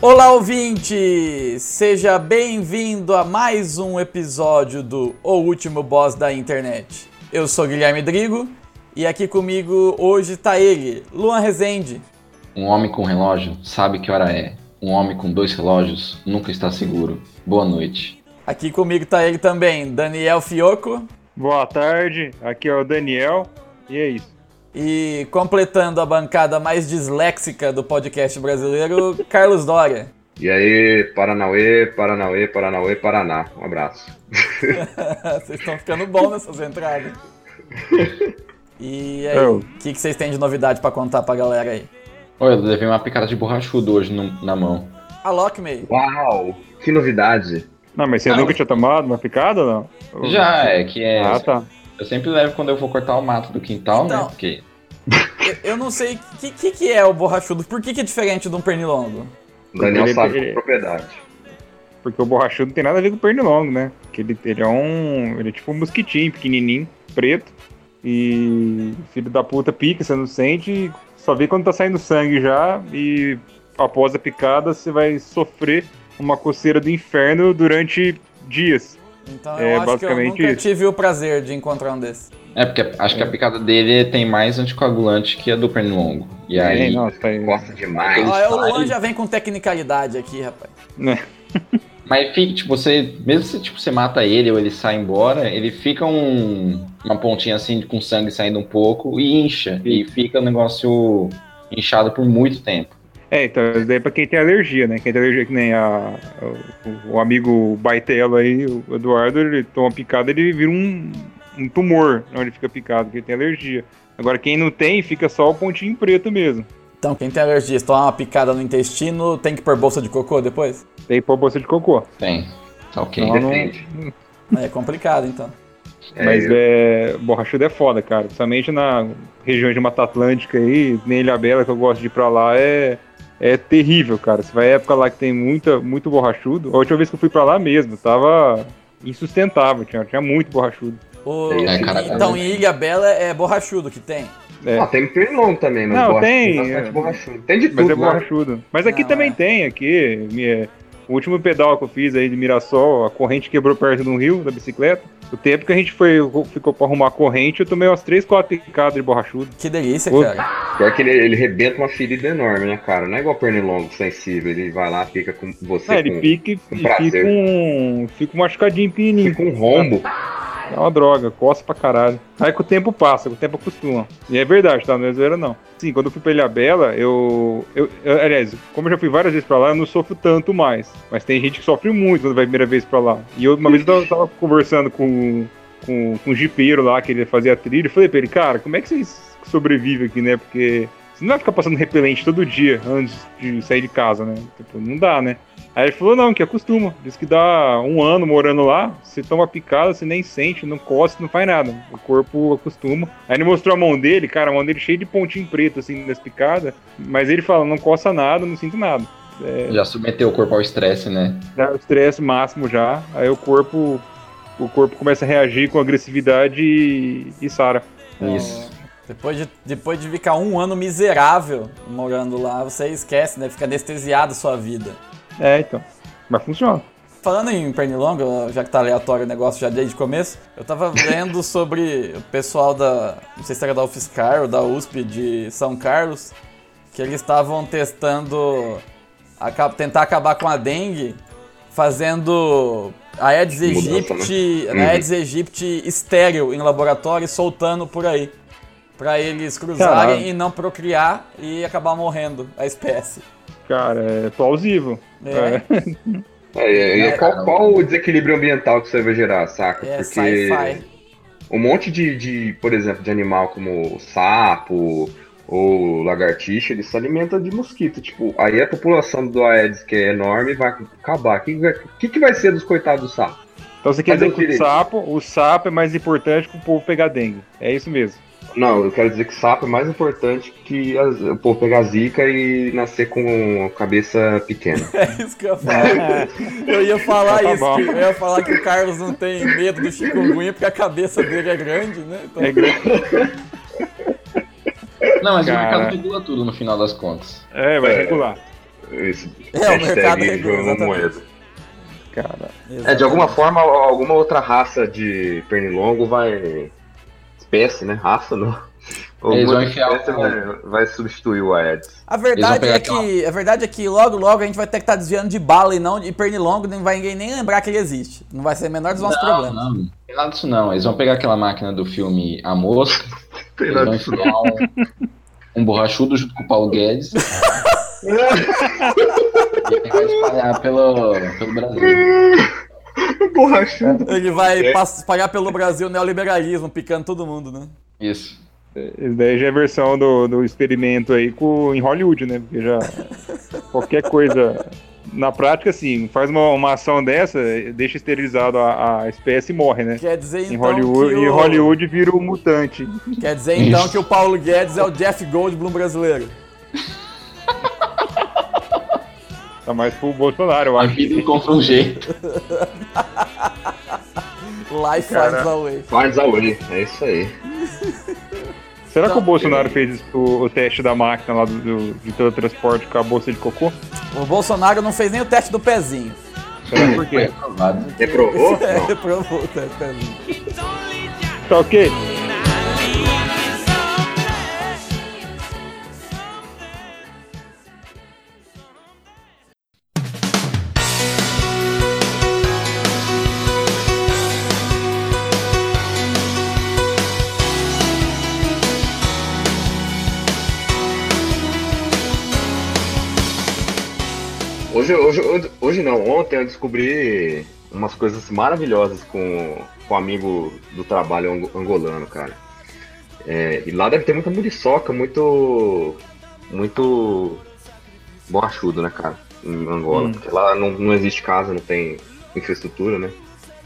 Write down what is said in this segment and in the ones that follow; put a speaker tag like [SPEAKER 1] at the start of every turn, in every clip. [SPEAKER 1] Olá, ouvinte! Seja bem-vindo a mais um episódio do O Último Boss da Internet. Eu sou Guilherme Drigo e aqui comigo hoje tá ele, Luan Rezende.
[SPEAKER 2] Um homem com relógio sabe que hora é. Um homem com dois relógios nunca está seguro. Boa noite.
[SPEAKER 1] Aqui comigo tá ele também, Daniel Fioco.
[SPEAKER 3] Boa tarde, aqui é o Daniel e é isso.
[SPEAKER 1] E completando a bancada mais disléxica do podcast brasileiro, Carlos Dória.
[SPEAKER 4] E aí, Paranauê, Paranauê, Paranauê, Paraná. Um abraço.
[SPEAKER 1] vocês estão ficando bom nessas entradas. E aí,
[SPEAKER 3] Eu.
[SPEAKER 1] o que, que vocês têm de novidade pra contar pra galera aí?
[SPEAKER 2] Olha, eu levei uma picada de borrachudo hoje no- na mão.
[SPEAKER 1] A Lockmay,
[SPEAKER 4] Uau, que novidade.
[SPEAKER 3] Não, mas você
[SPEAKER 2] Ah,
[SPEAKER 3] nunca tinha tomado uma picada, não?
[SPEAKER 2] Já é, que é.
[SPEAKER 3] Ah, tá.
[SPEAKER 2] Eu sempre levo quando eu vou cortar o mato do quintal,
[SPEAKER 1] Então.
[SPEAKER 2] né? Porque
[SPEAKER 1] eu- eu não sei o que, que, que é o borrachudo, por que, que é diferente de um pernilongo?
[SPEAKER 4] O Daniel
[SPEAKER 3] Ele-
[SPEAKER 4] sabe
[SPEAKER 3] ele-
[SPEAKER 4] com propriedade.
[SPEAKER 3] Porque o borrachudo não tem nada a ver com o pernilongo, né? Porque ele, ele é um. Ele é tipo um mosquitinho pequenininho, preto. E filho da puta pica, você não sente. e Só vê quando tá saindo sangue já. E após a picada, você vai sofrer uma coceira do inferno durante dias.
[SPEAKER 1] Então
[SPEAKER 3] É,
[SPEAKER 1] eu acho que eu
[SPEAKER 3] basicamente
[SPEAKER 1] nunca
[SPEAKER 3] isso.
[SPEAKER 1] tive o prazer de encontrar um desses.
[SPEAKER 2] É, porque acho que a picada dele tem mais anticoagulante que a do pernilongo. E
[SPEAKER 3] É,
[SPEAKER 2] aí.
[SPEAKER 3] nossa, tá aí.
[SPEAKER 4] Gosta demais.
[SPEAKER 2] Ele
[SPEAKER 1] Ó, é, o
[SPEAKER 2] sai.
[SPEAKER 1] Luan já vem com tecnicalidade aqui, rapaz.
[SPEAKER 2] Mas fica, tipo, você. Mesmo se tipo, você mata ele ou ele sai embora, ele fica um. Uma pontinha assim com sangue saindo um pouco e incha. E fica o negócio inchado por muito tempo.
[SPEAKER 3] É, então, isso daí é pra quem tem alergia, né? Quem tem alergia, que nem a, o, o amigo Baitelo aí, o Eduardo, ele toma picada, ele vira um, um tumor onde ele fica picado, porque ele tem alergia. Agora, quem não tem, fica só o pontinho preto mesmo.
[SPEAKER 1] Então, quem tem alergia, se tomar uma picada no intestino, tem que pôr bolsa de cocô depois?
[SPEAKER 3] Daí pôr bolsa de cocô.
[SPEAKER 2] Tem. Tá ok.
[SPEAKER 3] Não, não-
[SPEAKER 4] Depende.
[SPEAKER 1] É complicado, então.
[SPEAKER 4] É,
[SPEAKER 3] Mas
[SPEAKER 4] eu-
[SPEAKER 3] é, borrachudo é foda, cara. Principalmente na região de Mata Atlântica aí, nem Ilha Bela, que eu gosto de ir pra lá, é, é terrível, cara. Você vai época lá que tem muita, muito borrachudo. A última vez que eu fui pra lá mesmo, tava insustentável, tinha, tinha muito borrachudo.
[SPEAKER 1] O-
[SPEAKER 4] É,
[SPEAKER 2] cara,
[SPEAKER 1] então,
[SPEAKER 2] tá
[SPEAKER 1] em Ilha Bela é borrachudo que tem.
[SPEAKER 3] É.
[SPEAKER 4] Ah, tem pernilongo também, mas
[SPEAKER 3] Não,
[SPEAKER 4] borrachudo,
[SPEAKER 3] tem,
[SPEAKER 4] bastante
[SPEAKER 3] é.
[SPEAKER 4] borrachudo. Tem de
[SPEAKER 3] Mas
[SPEAKER 4] tudo,
[SPEAKER 3] é
[SPEAKER 4] né?
[SPEAKER 3] borrachudo. Mas aqui
[SPEAKER 1] Não,
[SPEAKER 3] também
[SPEAKER 1] é.
[SPEAKER 3] tem, aqui. me- é, o último pedal que eu fiz aí de Mirassol, a corrente quebrou perto de um rio da bicicleta. O tempo que a gente foi, ficou pra arrumar a corrente, eu tomei umas 3, 4 picadas de borrachudo.
[SPEAKER 1] Que delícia,
[SPEAKER 3] Ô,
[SPEAKER 1] cara.
[SPEAKER 4] Pior que ele, ele rebenta uma ferida enorme, né, cara? Não é igual pernilongo sensível, ele vai lá, fica com você
[SPEAKER 3] É, ele
[SPEAKER 4] com,
[SPEAKER 3] pica e
[SPEAKER 4] com
[SPEAKER 3] e
[SPEAKER 4] prazer.
[SPEAKER 3] fica um, fica um machucadinho pequenininho.
[SPEAKER 4] fica um rombo.
[SPEAKER 3] É uma droga, coça pra caralho. Aí que o tempo passa, com o tempo acostuma. E é verdade, tá? Não é zoeira, não. Sim, quando eu fui pra Ilha Bela, eu, eu, eu- Aliás, como eu já fui várias vezes pra lá, eu não sofro tanto mais. Mas tem gente que sofre muito quando vai a primeira vez pra lá. E eu, uma vez eu tava, tava conversando com, com, com um jipeiro lá, que ele fazia trilha. Eu falei pra ele, cara, como é que vocês sobrevivem aqui, né? Porque você não vai ficar passando repelente todo dia antes de sair de casa, né? Tipo, não dá, né? Aí ele falou, não, que acostuma. Diz que dá um ano morando lá, você toma picada, você nem sente, não coça, não faz nada. O corpo acostuma. Aí ele mostrou a mão dele, cara, a mão dele cheia de pontinho preto, assim, das picadas. Mas ele fala, não coça nada, não sinto nada. é.
[SPEAKER 2] Já submeteu o corpo ao estresse, né?
[SPEAKER 3] Dá o estresse máximo já, aí o corpo... O corpo começa a reagir com agressividade e, e sara.
[SPEAKER 2] Isso.
[SPEAKER 1] Depois de, depois de ficar um ano miserável morando lá, você esquece, né? Fica anestesiado sua vida.
[SPEAKER 3] É, então. Mas funciona.
[SPEAKER 1] Falando em pernilongo, já que tá aleatório o negócio já desde o começo, eu tava vendo sobre o pessoal da, não sei se era da UFSCar ou da USP de São Carlos, que eles estavam testando aca- tentar acabar com a dengue fazendo a Aedes
[SPEAKER 4] Mudança,
[SPEAKER 1] aegypti,
[SPEAKER 4] né?
[SPEAKER 1] a Aedes aegypti estéril em laboratório e soltando por aí. Pra eles cruzarem
[SPEAKER 3] Caralho.
[SPEAKER 1] e não procriar e acabar morrendo a espécie.
[SPEAKER 3] Cara, é plausível.
[SPEAKER 1] É,
[SPEAKER 4] É, é, é,
[SPEAKER 1] É,
[SPEAKER 4] qual,
[SPEAKER 2] cara,
[SPEAKER 4] qual o desequilíbrio ambiental que você vai gerar, saca?
[SPEAKER 1] é
[SPEAKER 4] Porque
[SPEAKER 1] sci-fi.
[SPEAKER 4] um monte de, de, por exemplo, de animal como o sapo, ou lagartixa, ele se alimenta de mosquito. Tipo, aí a população do Aedes, que é enorme, vai acabar. O que, vai- que, que vai ser dos coitados do sapo?
[SPEAKER 3] Então você quer
[SPEAKER 4] Cadê
[SPEAKER 3] dizer
[SPEAKER 4] o
[SPEAKER 3] que o
[SPEAKER 4] direito?
[SPEAKER 3] sapo, o sapo é mais importante que o povo pegar dengue. É isso mesmo.
[SPEAKER 4] Não, eu quero dizer que sapo é mais importante que as- o povo pegar zika e nascer com a cabeça pequena.
[SPEAKER 1] É isso que eu ia falar. Eu ia falar
[SPEAKER 3] Tá
[SPEAKER 1] isso.
[SPEAKER 3] bom.
[SPEAKER 1] que- eu ia falar que o Carlos não tem medo do chikungunya porque a cabeça dele é grande, né? Então,
[SPEAKER 3] É grande.
[SPEAKER 2] Não, mas
[SPEAKER 3] Cara.
[SPEAKER 2] o mercado regula tudo no final das contas.
[SPEAKER 3] É, vai regular.
[SPEAKER 4] Esse
[SPEAKER 1] É, o mercado
[SPEAKER 4] hashtag
[SPEAKER 1] regula,
[SPEAKER 4] jogou
[SPEAKER 1] exatamente.
[SPEAKER 4] moeda.
[SPEAKER 3] Cara,
[SPEAKER 4] É, de alguma forma, alguma outra raça de pernilongo vai. Espécie, né? Raça, não.
[SPEAKER 2] Eles vão
[SPEAKER 4] Alguma
[SPEAKER 2] enfiar
[SPEAKER 4] espécie
[SPEAKER 2] o-
[SPEAKER 4] vai, vai substituir o Aedes.
[SPEAKER 1] A
[SPEAKER 2] Eles vão
[SPEAKER 1] verdade,
[SPEAKER 2] pegar
[SPEAKER 1] é que, a verdade é que logo, logo a gente vai ter que estar desviando de bala e não de pernilongo, não vai ninguém nem lembrar que ele existe. Não vai ser o menor dos nossos
[SPEAKER 2] Não,
[SPEAKER 1] problemas.
[SPEAKER 2] Ah, não, não tem nada disso não. Eles vão pegar aquela máquina do filme A Mosca,
[SPEAKER 4] Tem
[SPEAKER 2] eles
[SPEAKER 4] nada
[SPEAKER 2] vão
[SPEAKER 4] disso.
[SPEAKER 2] enfiar um, um borrachudo junto com o Paulo Guedes e ele vai espalhar pelo, pelo Brasil.
[SPEAKER 4] Borrachudo.
[SPEAKER 1] Ele vai
[SPEAKER 4] É.
[SPEAKER 1] pas- espalhar pelo Brasil o neoliberalismo, picando todo mundo, né?
[SPEAKER 2] Isso.
[SPEAKER 3] isso daí já é a versão do, do experimento aí com, em Hollywood, né? Porque já. qualquer coisa. Na prática, assim, faz uma, uma ação dessa, deixa esterilizado a, a espécie e morre, né?
[SPEAKER 1] Quer dizer
[SPEAKER 3] Em
[SPEAKER 1] então
[SPEAKER 3] Hollywood,
[SPEAKER 1] que o...
[SPEAKER 3] em Hollywood vira um mutante.
[SPEAKER 1] Quer dizer então
[SPEAKER 2] Isso.
[SPEAKER 1] que o Paulo Guedes é o Jeff Goldblum brasileiro.
[SPEAKER 3] Tá mais pro Bolsonaro, eu
[SPEAKER 2] A
[SPEAKER 3] acho.
[SPEAKER 2] vida encontra um jeito.
[SPEAKER 1] Life
[SPEAKER 3] Cara.
[SPEAKER 1] finds a way.
[SPEAKER 4] Finds a way. É isso aí.
[SPEAKER 3] Será
[SPEAKER 2] tá
[SPEAKER 3] que o Bolsonaro fez o, o teste da máquina lá do, do, de teletransporte com a bolsa de cocô?
[SPEAKER 1] O Bolsonaro não fez nem o teste do pezinho.
[SPEAKER 3] Será por quê?
[SPEAKER 2] Aprovado.
[SPEAKER 4] Reprovou?
[SPEAKER 1] É,
[SPEAKER 4] Não.
[SPEAKER 1] reprovou o teste do pezinho.
[SPEAKER 3] Tá ok?
[SPEAKER 4] Hoje, hoje, hoje- hoje não, ontem eu descobri umas coisas maravilhosas com, com um amigo do trabalho ang- angolano, cara. É, e lá deve ter muita muriçoca, muito. muito. borrachudo, né, cara? Em Angola.
[SPEAKER 3] Hum.
[SPEAKER 4] Porque lá não, não existe casa, não tem infraestrutura, né?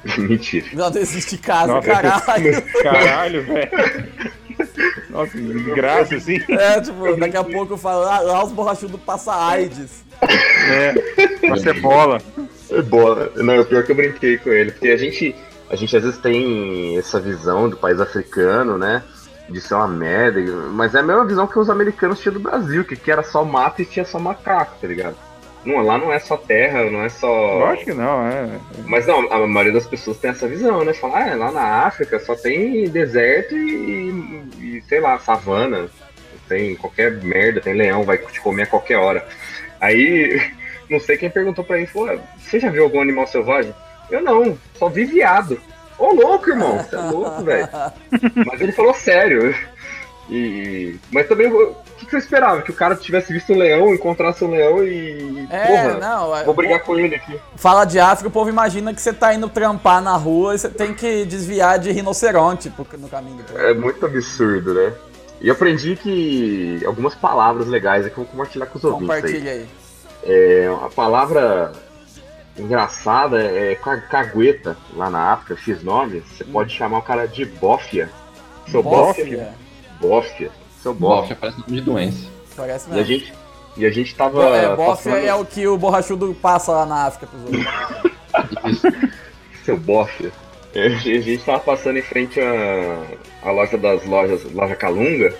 [SPEAKER 4] Mentira.
[SPEAKER 1] Não existe casa,
[SPEAKER 3] Nossa,
[SPEAKER 1] caralho.
[SPEAKER 3] Caralho, velho. Nossa, que desgraça, assim.
[SPEAKER 1] É, tipo, daqui a pouco eu falo, ah, lá os borrachudos passam AIDS.
[SPEAKER 3] É. Nossa, é bola.
[SPEAKER 4] É bola. Não, o pior que eu brinquei com ele, porque a gente, a gente às vezes tem essa visão do país africano, né? De ser uma merda, mas é a mesma visão que os americanos tinham do Brasil, que, que era só mato e tinha só macaco, tá ligado? Não, lá não é só terra, não é só.
[SPEAKER 3] Eu acho que não, é.
[SPEAKER 4] Mas não, a maioria das pessoas tem essa visão, né? Falar, ah, é, lá na África só tem deserto e, e- e, sei lá, savana. Tem qualquer merda, tem leão, vai te comer a qualquer hora. Aí, não sei quem perguntou pra mim, falou, "Ah, você já viu algum animal selvagem? Eu não, só vi viado. Ô louco, irmão, você é louco, velho. Mas ele falou sério. E, mas também, o que, que eu esperava? Que o cara tivesse visto um leão, encontrasse um leão e.
[SPEAKER 1] É,
[SPEAKER 4] porra,
[SPEAKER 1] não, é,
[SPEAKER 4] vou brigar com ele aqui.
[SPEAKER 1] Fala de África, o povo imagina que você tá indo trampar na rua e você tem que desviar de rinoceronte pro- no caminho tá do trampo.
[SPEAKER 4] É muito absurdo, né? E eu aprendi que algumas palavras legais aqui eu vou compartilhar com os ouvintes. Aí.
[SPEAKER 1] Compartilha aí.
[SPEAKER 4] É, a palavra engraçada é ca- cagueta, lá na África, X9. Você
[SPEAKER 1] Hum.
[SPEAKER 4] pode chamar o cara de bófia. Seu bófia?
[SPEAKER 1] Bófia.
[SPEAKER 4] Bófia. Seu bófia.
[SPEAKER 2] Bofe parece nome de doença.
[SPEAKER 1] Parece
[SPEAKER 4] E a
[SPEAKER 1] mesmo.
[SPEAKER 4] gente, e a gente tava.
[SPEAKER 1] É, bófia
[SPEAKER 4] passando-
[SPEAKER 1] é o que o borrachudo passa lá na África pros outros.
[SPEAKER 2] Isso.
[SPEAKER 4] Seu bofe. A gente tava passando em frente à, à loja das lojas, loja Calunga.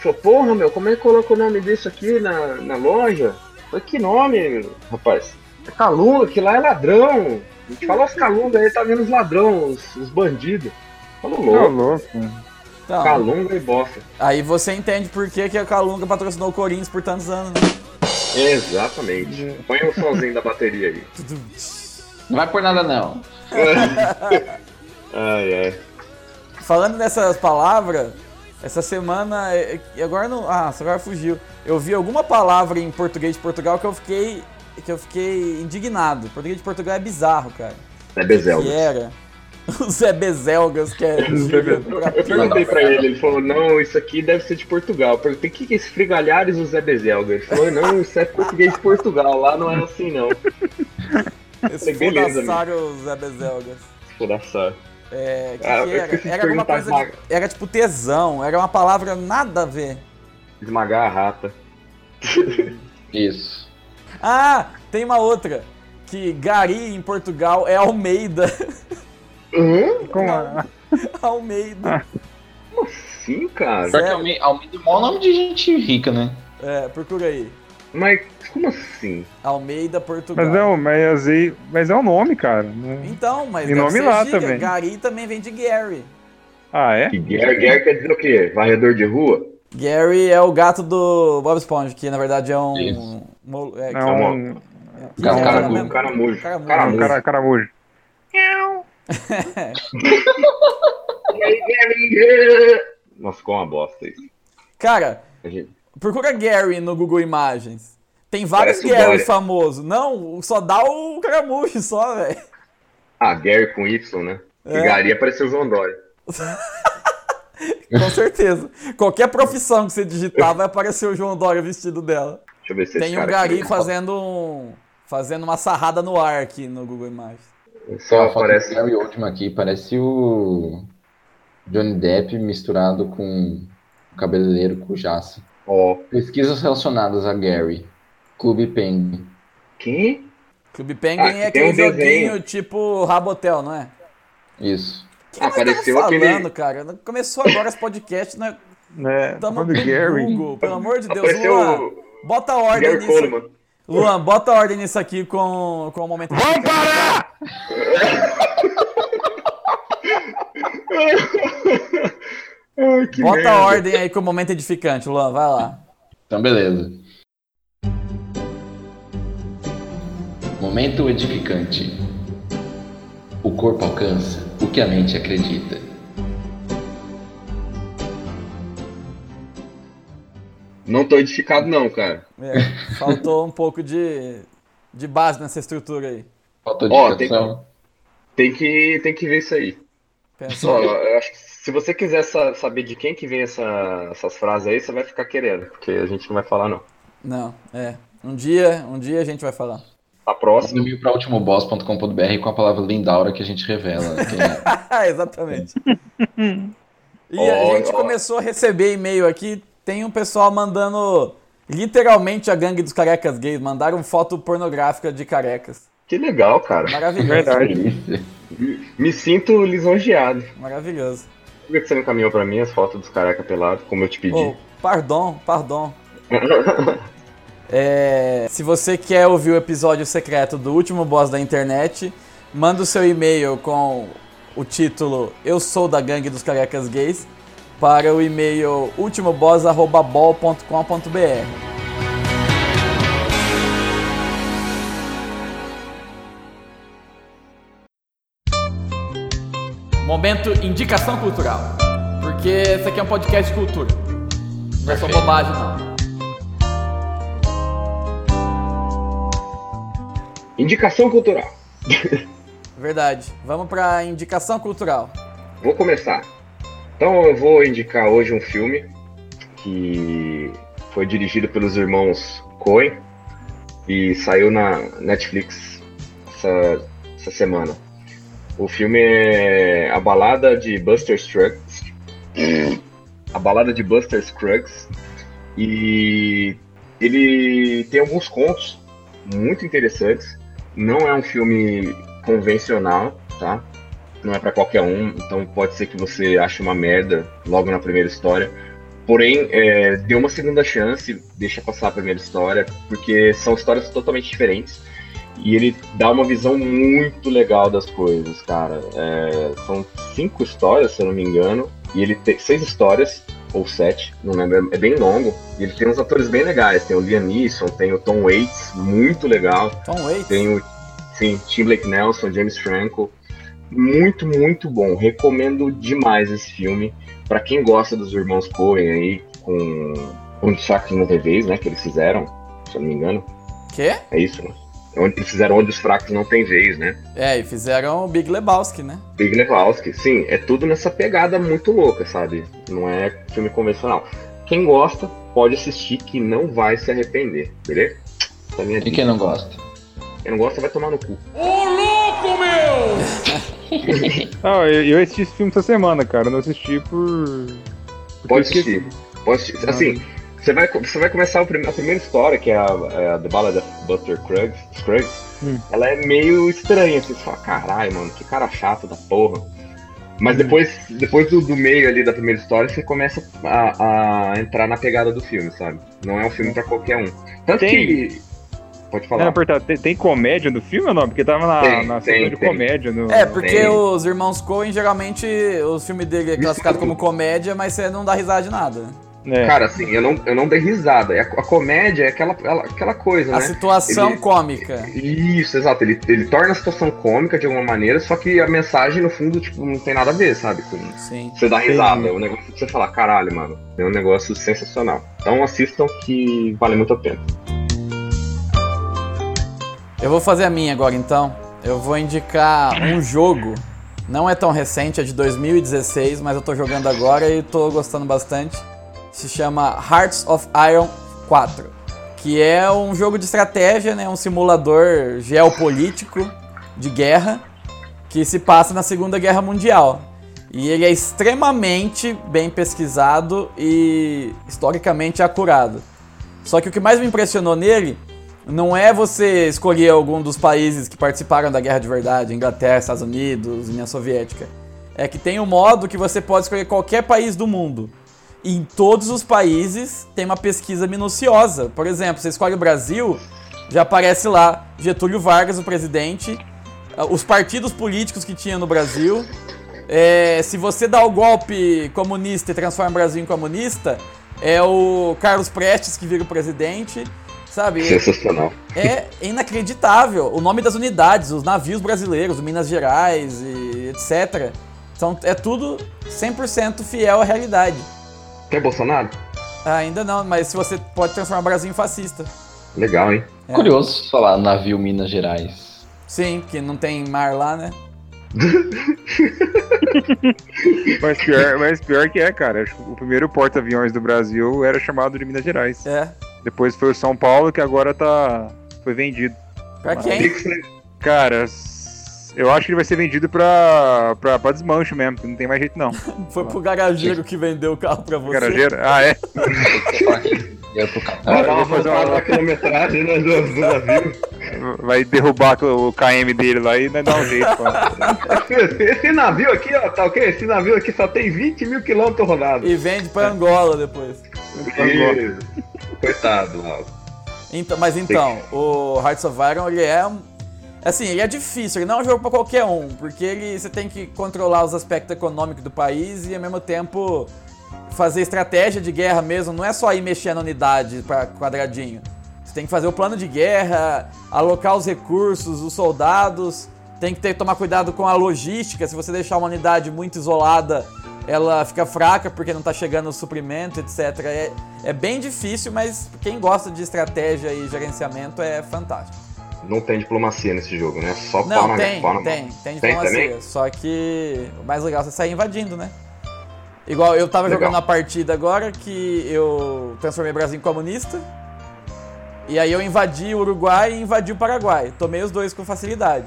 [SPEAKER 4] Falou, porra, meu, como é que colocou o nome disso aqui na, na loja? Falei, que nome, rapaz? É Calunga, que lá é ladrão. A gente fala os Calunga aí, tá vendo os ladrão, os, os bandidos. Falou
[SPEAKER 3] Ô,
[SPEAKER 4] louco,
[SPEAKER 3] louco.
[SPEAKER 1] Então,
[SPEAKER 4] Calunga e bofe.
[SPEAKER 1] aí você entende por que, que a Calunga patrocinou o Corinthians por tantos anos, né?
[SPEAKER 4] Exatamente. Põe o somzinho da bateria aí.
[SPEAKER 1] Tudo.
[SPEAKER 2] Não vai por nada não.
[SPEAKER 4] Ai, ai.
[SPEAKER 1] Falando dessas palavras, essa semana. é, é, Agora não. Ah, agora fugiu. Eu vi alguma palavra em português de Portugal que eu fiquei. que eu fiquei indignado. Português de Portugal é bizarro, cara.
[SPEAKER 4] É Bezelda.
[SPEAKER 1] que era o Zé Bezelgas, que é gigante pra
[SPEAKER 4] Eu
[SPEAKER 1] pica.
[SPEAKER 4] perguntei pra ele, ele falou, não, isso aqui deve ser de Portugal. Eu perguntei, o que que é esse Frigalhares o Zé Bezelga? Ele falou, não, isso é português de Portugal, lá não é assim não.
[SPEAKER 1] Esse
[SPEAKER 4] Beleza,
[SPEAKER 1] fodaçário Zé Bezelgas.
[SPEAKER 4] Tipo, Coração.
[SPEAKER 1] É, que,
[SPEAKER 4] Ah,
[SPEAKER 1] que
[SPEAKER 4] eu
[SPEAKER 1] era?
[SPEAKER 4] esqueci de
[SPEAKER 1] Era alguma
[SPEAKER 4] perguntar
[SPEAKER 1] coisa. de- era tipo tesão, era uma palavra nada a ver.
[SPEAKER 4] Esmagar a rata.
[SPEAKER 2] Isso.
[SPEAKER 1] Ah, tem uma outra. Que Gari em Portugal é Almeida.
[SPEAKER 3] Como...
[SPEAKER 4] Ah.
[SPEAKER 1] Almeida.
[SPEAKER 4] Sim, assim, cara.
[SPEAKER 2] Pior que Alme- Almeida é o maior nome de gente rica, né?
[SPEAKER 1] É, procura aí.
[SPEAKER 4] Mas como assim?
[SPEAKER 1] Almeida, Portugal.
[SPEAKER 3] Mas é um não, mas, às vezes- mas é um nome, cara. Não-
[SPEAKER 1] Então, mas
[SPEAKER 3] E
[SPEAKER 1] deve
[SPEAKER 3] nome
[SPEAKER 1] ser
[SPEAKER 3] lá
[SPEAKER 1] gíria.
[SPEAKER 3] também.
[SPEAKER 1] Gari também vem de Gary.
[SPEAKER 3] Ah, é?
[SPEAKER 4] Guerra, guerra quer dizer o quê? Varredor de rua?
[SPEAKER 1] Gary é o gato do Bob Esponja, que na verdade é um.
[SPEAKER 2] Isso.
[SPEAKER 1] mol- é, que-
[SPEAKER 3] É um,
[SPEAKER 1] é-
[SPEAKER 4] Um
[SPEAKER 2] Cara-
[SPEAKER 4] cara,
[SPEAKER 2] caramujo,
[SPEAKER 4] um caramujo.
[SPEAKER 1] Caramujo.
[SPEAKER 3] é um
[SPEAKER 4] Caramujo.
[SPEAKER 3] cara, caramujo.
[SPEAKER 4] é Nossa, ficou uma bosta isso.
[SPEAKER 1] Cara,
[SPEAKER 4] A gente-
[SPEAKER 1] procura é Gary no Google Imagens. Tem vários
[SPEAKER 4] Parece o
[SPEAKER 1] Gary
[SPEAKER 4] Dória.
[SPEAKER 1] famosos. Não, só dá o caramujo só, velho.
[SPEAKER 4] Ah, Gary com Y, né?
[SPEAKER 1] É.
[SPEAKER 4] É. Gary apareceu o João Dória.
[SPEAKER 1] Com certeza. Qualquer profissão que você digitar vai aparecer o João Dória vestido dela.
[SPEAKER 4] Deixa eu ver se esse
[SPEAKER 1] Tem um
[SPEAKER 4] cara é
[SPEAKER 1] Gary
[SPEAKER 4] aqui-
[SPEAKER 1] fazendo um. fazendo uma sarrada no ar aqui no Google Imagens.
[SPEAKER 4] Só
[SPEAKER 2] A foto do
[SPEAKER 4] aparece.
[SPEAKER 2] Gary Oldman aqui parece o Johnny Depp misturado com o cabeleireiro Cujaça.
[SPEAKER 4] Ó,
[SPEAKER 2] Pesquisas relacionadas a Gary. Clube Penguin.
[SPEAKER 4] quem?
[SPEAKER 1] Clube Penguin
[SPEAKER 4] que
[SPEAKER 1] é
[SPEAKER 4] tem
[SPEAKER 1] aquele
[SPEAKER 4] um desenho.
[SPEAKER 1] joguinho tipo Rabotel, não é?
[SPEAKER 2] Isso.
[SPEAKER 1] O que nós
[SPEAKER 4] Apareceu
[SPEAKER 1] tamo falando,
[SPEAKER 4] aquele-
[SPEAKER 1] cara? Começou agora esse podcast, né?
[SPEAKER 3] É, tá
[SPEAKER 1] Tamo
[SPEAKER 3] falando
[SPEAKER 1] no
[SPEAKER 3] do Gary.
[SPEAKER 1] Google, pelo amor de Deus.
[SPEAKER 4] Apareceu
[SPEAKER 1] Luan,
[SPEAKER 4] o
[SPEAKER 1] bota ordem
[SPEAKER 4] Gary
[SPEAKER 1] nisso.
[SPEAKER 4] Coleman.
[SPEAKER 1] Luan, bota ordem nisso aqui com, com o momento.
[SPEAKER 3] Vamos parar!
[SPEAKER 4] Ai, que
[SPEAKER 1] Bota
[SPEAKER 4] merda.
[SPEAKER 1] ordem aí com o momento edificante, Luan, vai lá.
[SPEAKER 2] Então, beleza. Momento edificante. O corpo alcança o que a mente acredita.
[SPEAKER 4] Não tô edificado, não, cara.
[SPEAKER 1] É, faltou um pouco de, de base nessa estrutura aí.
[SPEAKER 2] Falta de
[SPEAKER 4] Ó,
[SPEAKER 2] educação.
[SPEAKER 4] Tem que, tem que ver isso aí. Ó,
[SPEAKER 1] Pensou?
[SPEAKER 4] eu acho que se você quiser sa- saber de quem que vem essa- essas frases aí, você vai ficar querendo, porque a gente não vai falar, não.
[SPEAKER 1] Não, é. Um dia, um dia a gente vai falar.
[SPEAKER 4] A próxima.
[SPEAKER 2] Manda um e-mail para ultimoboss.com.br com a palavra Lindaura que a gente revela. quem é.
[SPEAKER 1] Exatamente. E
[SPEAKER 4] Ó,
[SPEAKER 1] a gente
[SPEAKER 4] ó.
[SPEAKER 1] começou a receber e-mail aqui. Tem um pessoal mandando literalmente a gangue dos carecas gays. Mandaram foto pornográfica de carecas.
[SPEAKER 4] Que legal, cara.
[SPEAKER 1] Maravilhoso.
[SPEAKER 3] Verdade.
[SPEAKER 4] Me sinto lisonjeado.
[SPEAKER 1] Maravilhoso.
[SPEAKER 4] Por que que você não encaminhou pra mim as fotos dos careca pelados, como eu te pedi?
[SPEAKER 1] Oh, pardon, pardon. É, se você quer ouvir o episódio secreto do último boss da internet, manda o seu e-mail com o título Eu sou da gangue dos carecas gays para o e-mail ultimoboss@bol.com.br. Momento indicação cultural. Porque esse aqui é um podcast de cultura. Não é só bobagem, não.
[SPEAKER 4] Indicação cultural.
[SPEAKER 1] Verdade. Vamos pra indicação cultural.
[SPEAKER 4] Vou começar. Então eu vou indicar hoje um filme que foi dirigido pelos irmãos Coen e saiu na Netflix essa, essa semana. O filme é A Balada de Buster Scruggs. A Balada de Buster Scruggs. E ele tem alguns contos muito interessantes. Não é um filme convencional, tá? não é pra qualquer um, então pode ser que você ache uma merda logo na primeira história. Porém, é, dê uma segunda chance, deixa passar a primeira história, porque são histórias totalmente diferentes. E ele dá uma visão muito legal das coisas, cara. É, são cinco histórias, se eu não me engano, e ele tem seis histórias, ou sete, não lembro, é bem longo. E ele tem uns atores bem legais, tem o Liam Neeson, tem o Tom Waits, muito legal.
[SPEAKER 1] Tom Waits.
[SPEAKER 4] Tem o sim, Tim Blake Nelson, James Franco. Muito, muito bom. Recomendo demais esse filme. Pra quem gosta dos irmãos Coen aí, com um destaque na TVs, né? Que eles fizeram, se eu não me engano.
[SPEAKER 1] Quê?
[SPEAKER 4] É isso, né? Onde eles fizeram onde os fracos não têm vez, né?
[SPEAKER 1] É, e fizeram o Big Lebowski, né?
[SPEAKER 4] Big Lebowski, sim, é tudo nessa pegada muito louca, sabe? Não é filme convencional. Quem gosta pode assistir que não vai se arrepender, beleza? Essa é a minha
[SPEAKER 2] E
[SPEAKER 4] dica.
[SPEAKER 2] quem não gosta?
[SPEAKER 4] Quem não gosta vai tomar no cu.
[SPEAKER 3] Ah, eu, eu assisti esse filme essa semana, cara. Eu não assisti por. porque eu
[SPEAKER 4] Pode
[SPEAKER 3] esqueci.
[SPEAKER 4] assistir. Pode assistir. Assim, você vai, você vai começar o prime- a primeira história, que é a, é a The Ballad of Buster Scruggs, Scruggs
[SPEAKER 3] Hum.
[SPEAKER 4] ela é meio estranha, assim, você fala, caralho, mano, que cara chato da porra.
[SPEAKER 3] Hum.
[SPEAKER 4] Mas depois, depois do, do meio ali da primeira história, você começa a, a entrar na pegada do filme, sabe? Não é um filme pra qualquer um. Tanto
[SPEAKER 3] Hum. Tem- É,
[SPEAKER 4] que ele... Pode
[SPEAKER 3] Não,
[SPEAKER 4] falar.
[SPEAKER 3] apertar. né, tá, Tem, tem comédia do filme ou não? Porque tava na,
[SPEAKER 4] Tem,
[SPEAKER 3] na
[SPEAKER 4] tem,
[SPEAKER 3] seção de
[SPEAKER 4] tem.
[SPEAKER 3] comédia. No...
[SPEAKER 1] É, porque
[SPEAKER 4] Tem.
[SPEAKER 1] os irmãos Coen, geralmente, os filmes dele é classificado como comédia, mas você não dá risada de nada. né?
[SPEAKER 3] É.
[SPEAKER 4] Cara, assim, eu não, eu não dei risada. É A, a comédia é aquela, ela- aquela coisa,
[SPEAKER 1] A
[SPEAKER 4] né?
[SPEAKER 1] situação
[SPEAKER 4] Ele-
[SPEAKER 1] cômica.
[SPEAKER 4] Isso, exato. Ele, ele torna a situação cômica de alguma maneira, só que a mensagem, no fundo, tipo, não tem nada a ver, sabe? Com-
[SPEAKER 1] Sim.
[SPEAKER 4] Você dá
[SPEAKER 3] Entendi.
[SPEAKER 4] risada, é um negócio que você fala, caralho, mano, é um negócio sensacional. Então assistam que vale muito a pena.
[SPEAKER 1] Eu vou fazer a minha agora então. Eu vou indicar um jogo. Não é tão recente, é de 2016, mas eu tô jogando agora e tô gostando bastante. Se chama Hearts of Iron 4, que é um jogo de estratégia, né, um simulador geopolítico de guerra que se passa na Segunda Guerra Mundial. E ele é extremamente bem pesquisado e historicamente acurado. Só que o que mais me impressionou nele não é você escolher algum dos países que participaram da guerra de verdade, Inglaterra, Estados Unidos, União Soviética. É que tem um modo que você pode escolher qualquer país do mundo. E em todos os países tem uma pesquisa minuciosa. Por exemplo, você escolhe o Brasil, já aparece lá Getúlio Vargas, o presidente, ah, os partidos políticos que tinha no Brasil. É, se você dá o golpe comunista e transforma o Brasil em comunista, é o Carlos Prestes que vira o presidente, sabe?
[SPEAKER 4] Sensacional.
[SPEAKER 1] É inacreditável. O nome das unidades, os navios brasileiros, o Minas Gerais e etc. São, é tudo 100% fiel à realidade.
[SPEAKER 4] Quer Bolsonaro?
[SPEAKER 1] Ainda não, mas se você pode transformar o Brasil em fascista.
[SPEAKER 4] Legal, hein?
[SPEAKER 1] É.
[SPEAKER 2] Curioso falar navio Minas Gerais.
[SPEAKER 1] Sim, porque não tem mar lá, né?
[SPEAKER 3] Mas, pior, mas pior que é, cara. Acho que O primeiro porta-aviões do Brasil era chamado de Minas Gerais.
[SPEAKER 1] É.
[SPEAKER 3] Depois foi o São Paulo, que agora tá. Foi vendido.
[SPEAKER 1] Pra
[SPEAKER 3] Mas-
[SPEAKER 1] quem?
[SPEAKER 3] Cara, s- eu acho que ele vai ser vendido pra, pra, pra desmancho mesmo, que não tem mais jeito não.
[SPEAKER 1] Foi pro garageiro que vendeu o carro pra você.
[SPEAKER 3] Garageiro? Ah, é?
[SPEAKER 2] Eu tô
[SPEAKER 4] Vai
[SPEAKER 2] catando.
[SPEAKER 4] dar uma
[SPEAKER 3] fazer uma-
[SPEAKER 4] voltada na quilometragem né, do, do navio.
[SPEAKER 3] Vai derrubar o KM dele lá e vai dar um jeito. pô.
[SPEAKER 4] Esse navio aqui, ó, tá ok? Esse navio aqui só tem 20 mil quilômetros rodados.
[SPEAKER 1] E vende pra Angola depois.
[SPEAKER 4] E- Coitado, Lauro.
[SPEAKER 1] Então, mas então, o Hearts of Iron, ele é um- Assim, ele é difícil, ele não é um jogo pra qualquer um, porque ele você tem que controlar os aspectos econômicos do país e ao mesmo tempo fazer estratégia de guerra mesmo, não é só ir mexendo na unidade para quadradinho. Você tem que fazer o plano de guerra, alocar os recursos, os soldados, tem que ter tomar cuidado com a logística, se você deixar uma unidade muito isolada, ela fica fraca porque não tá chegando o suprimento, etc. É, é bem difícil, mas quem gosta de estratégia e gerenciamento é fantástico.
[SPEAKER 4] Não tem diplomacia nesse jogo, né? Só pau
[SPEAKER 1] Não,
[SPEAKER 4] na
[SPEAKER 1] tem,
[SPEAKER 4] pau na
[SPEAKER 1] tem, tem
[SPEAKER 4] Tem
[SPEAKER 1] diplomacia.
[SPEAKER 4] também?
[SPEAKER 1] só que o mais legal é você sair invadindo, né? Igual eu tava
[SPEAKER 4] Legal.
[SPEAKER 1] jogando uma partida agora que eu transformei o Brasil em comunista. E aí eu invadi o Uruguai e invadi o Paraguai. Tomei os dois com facilidade.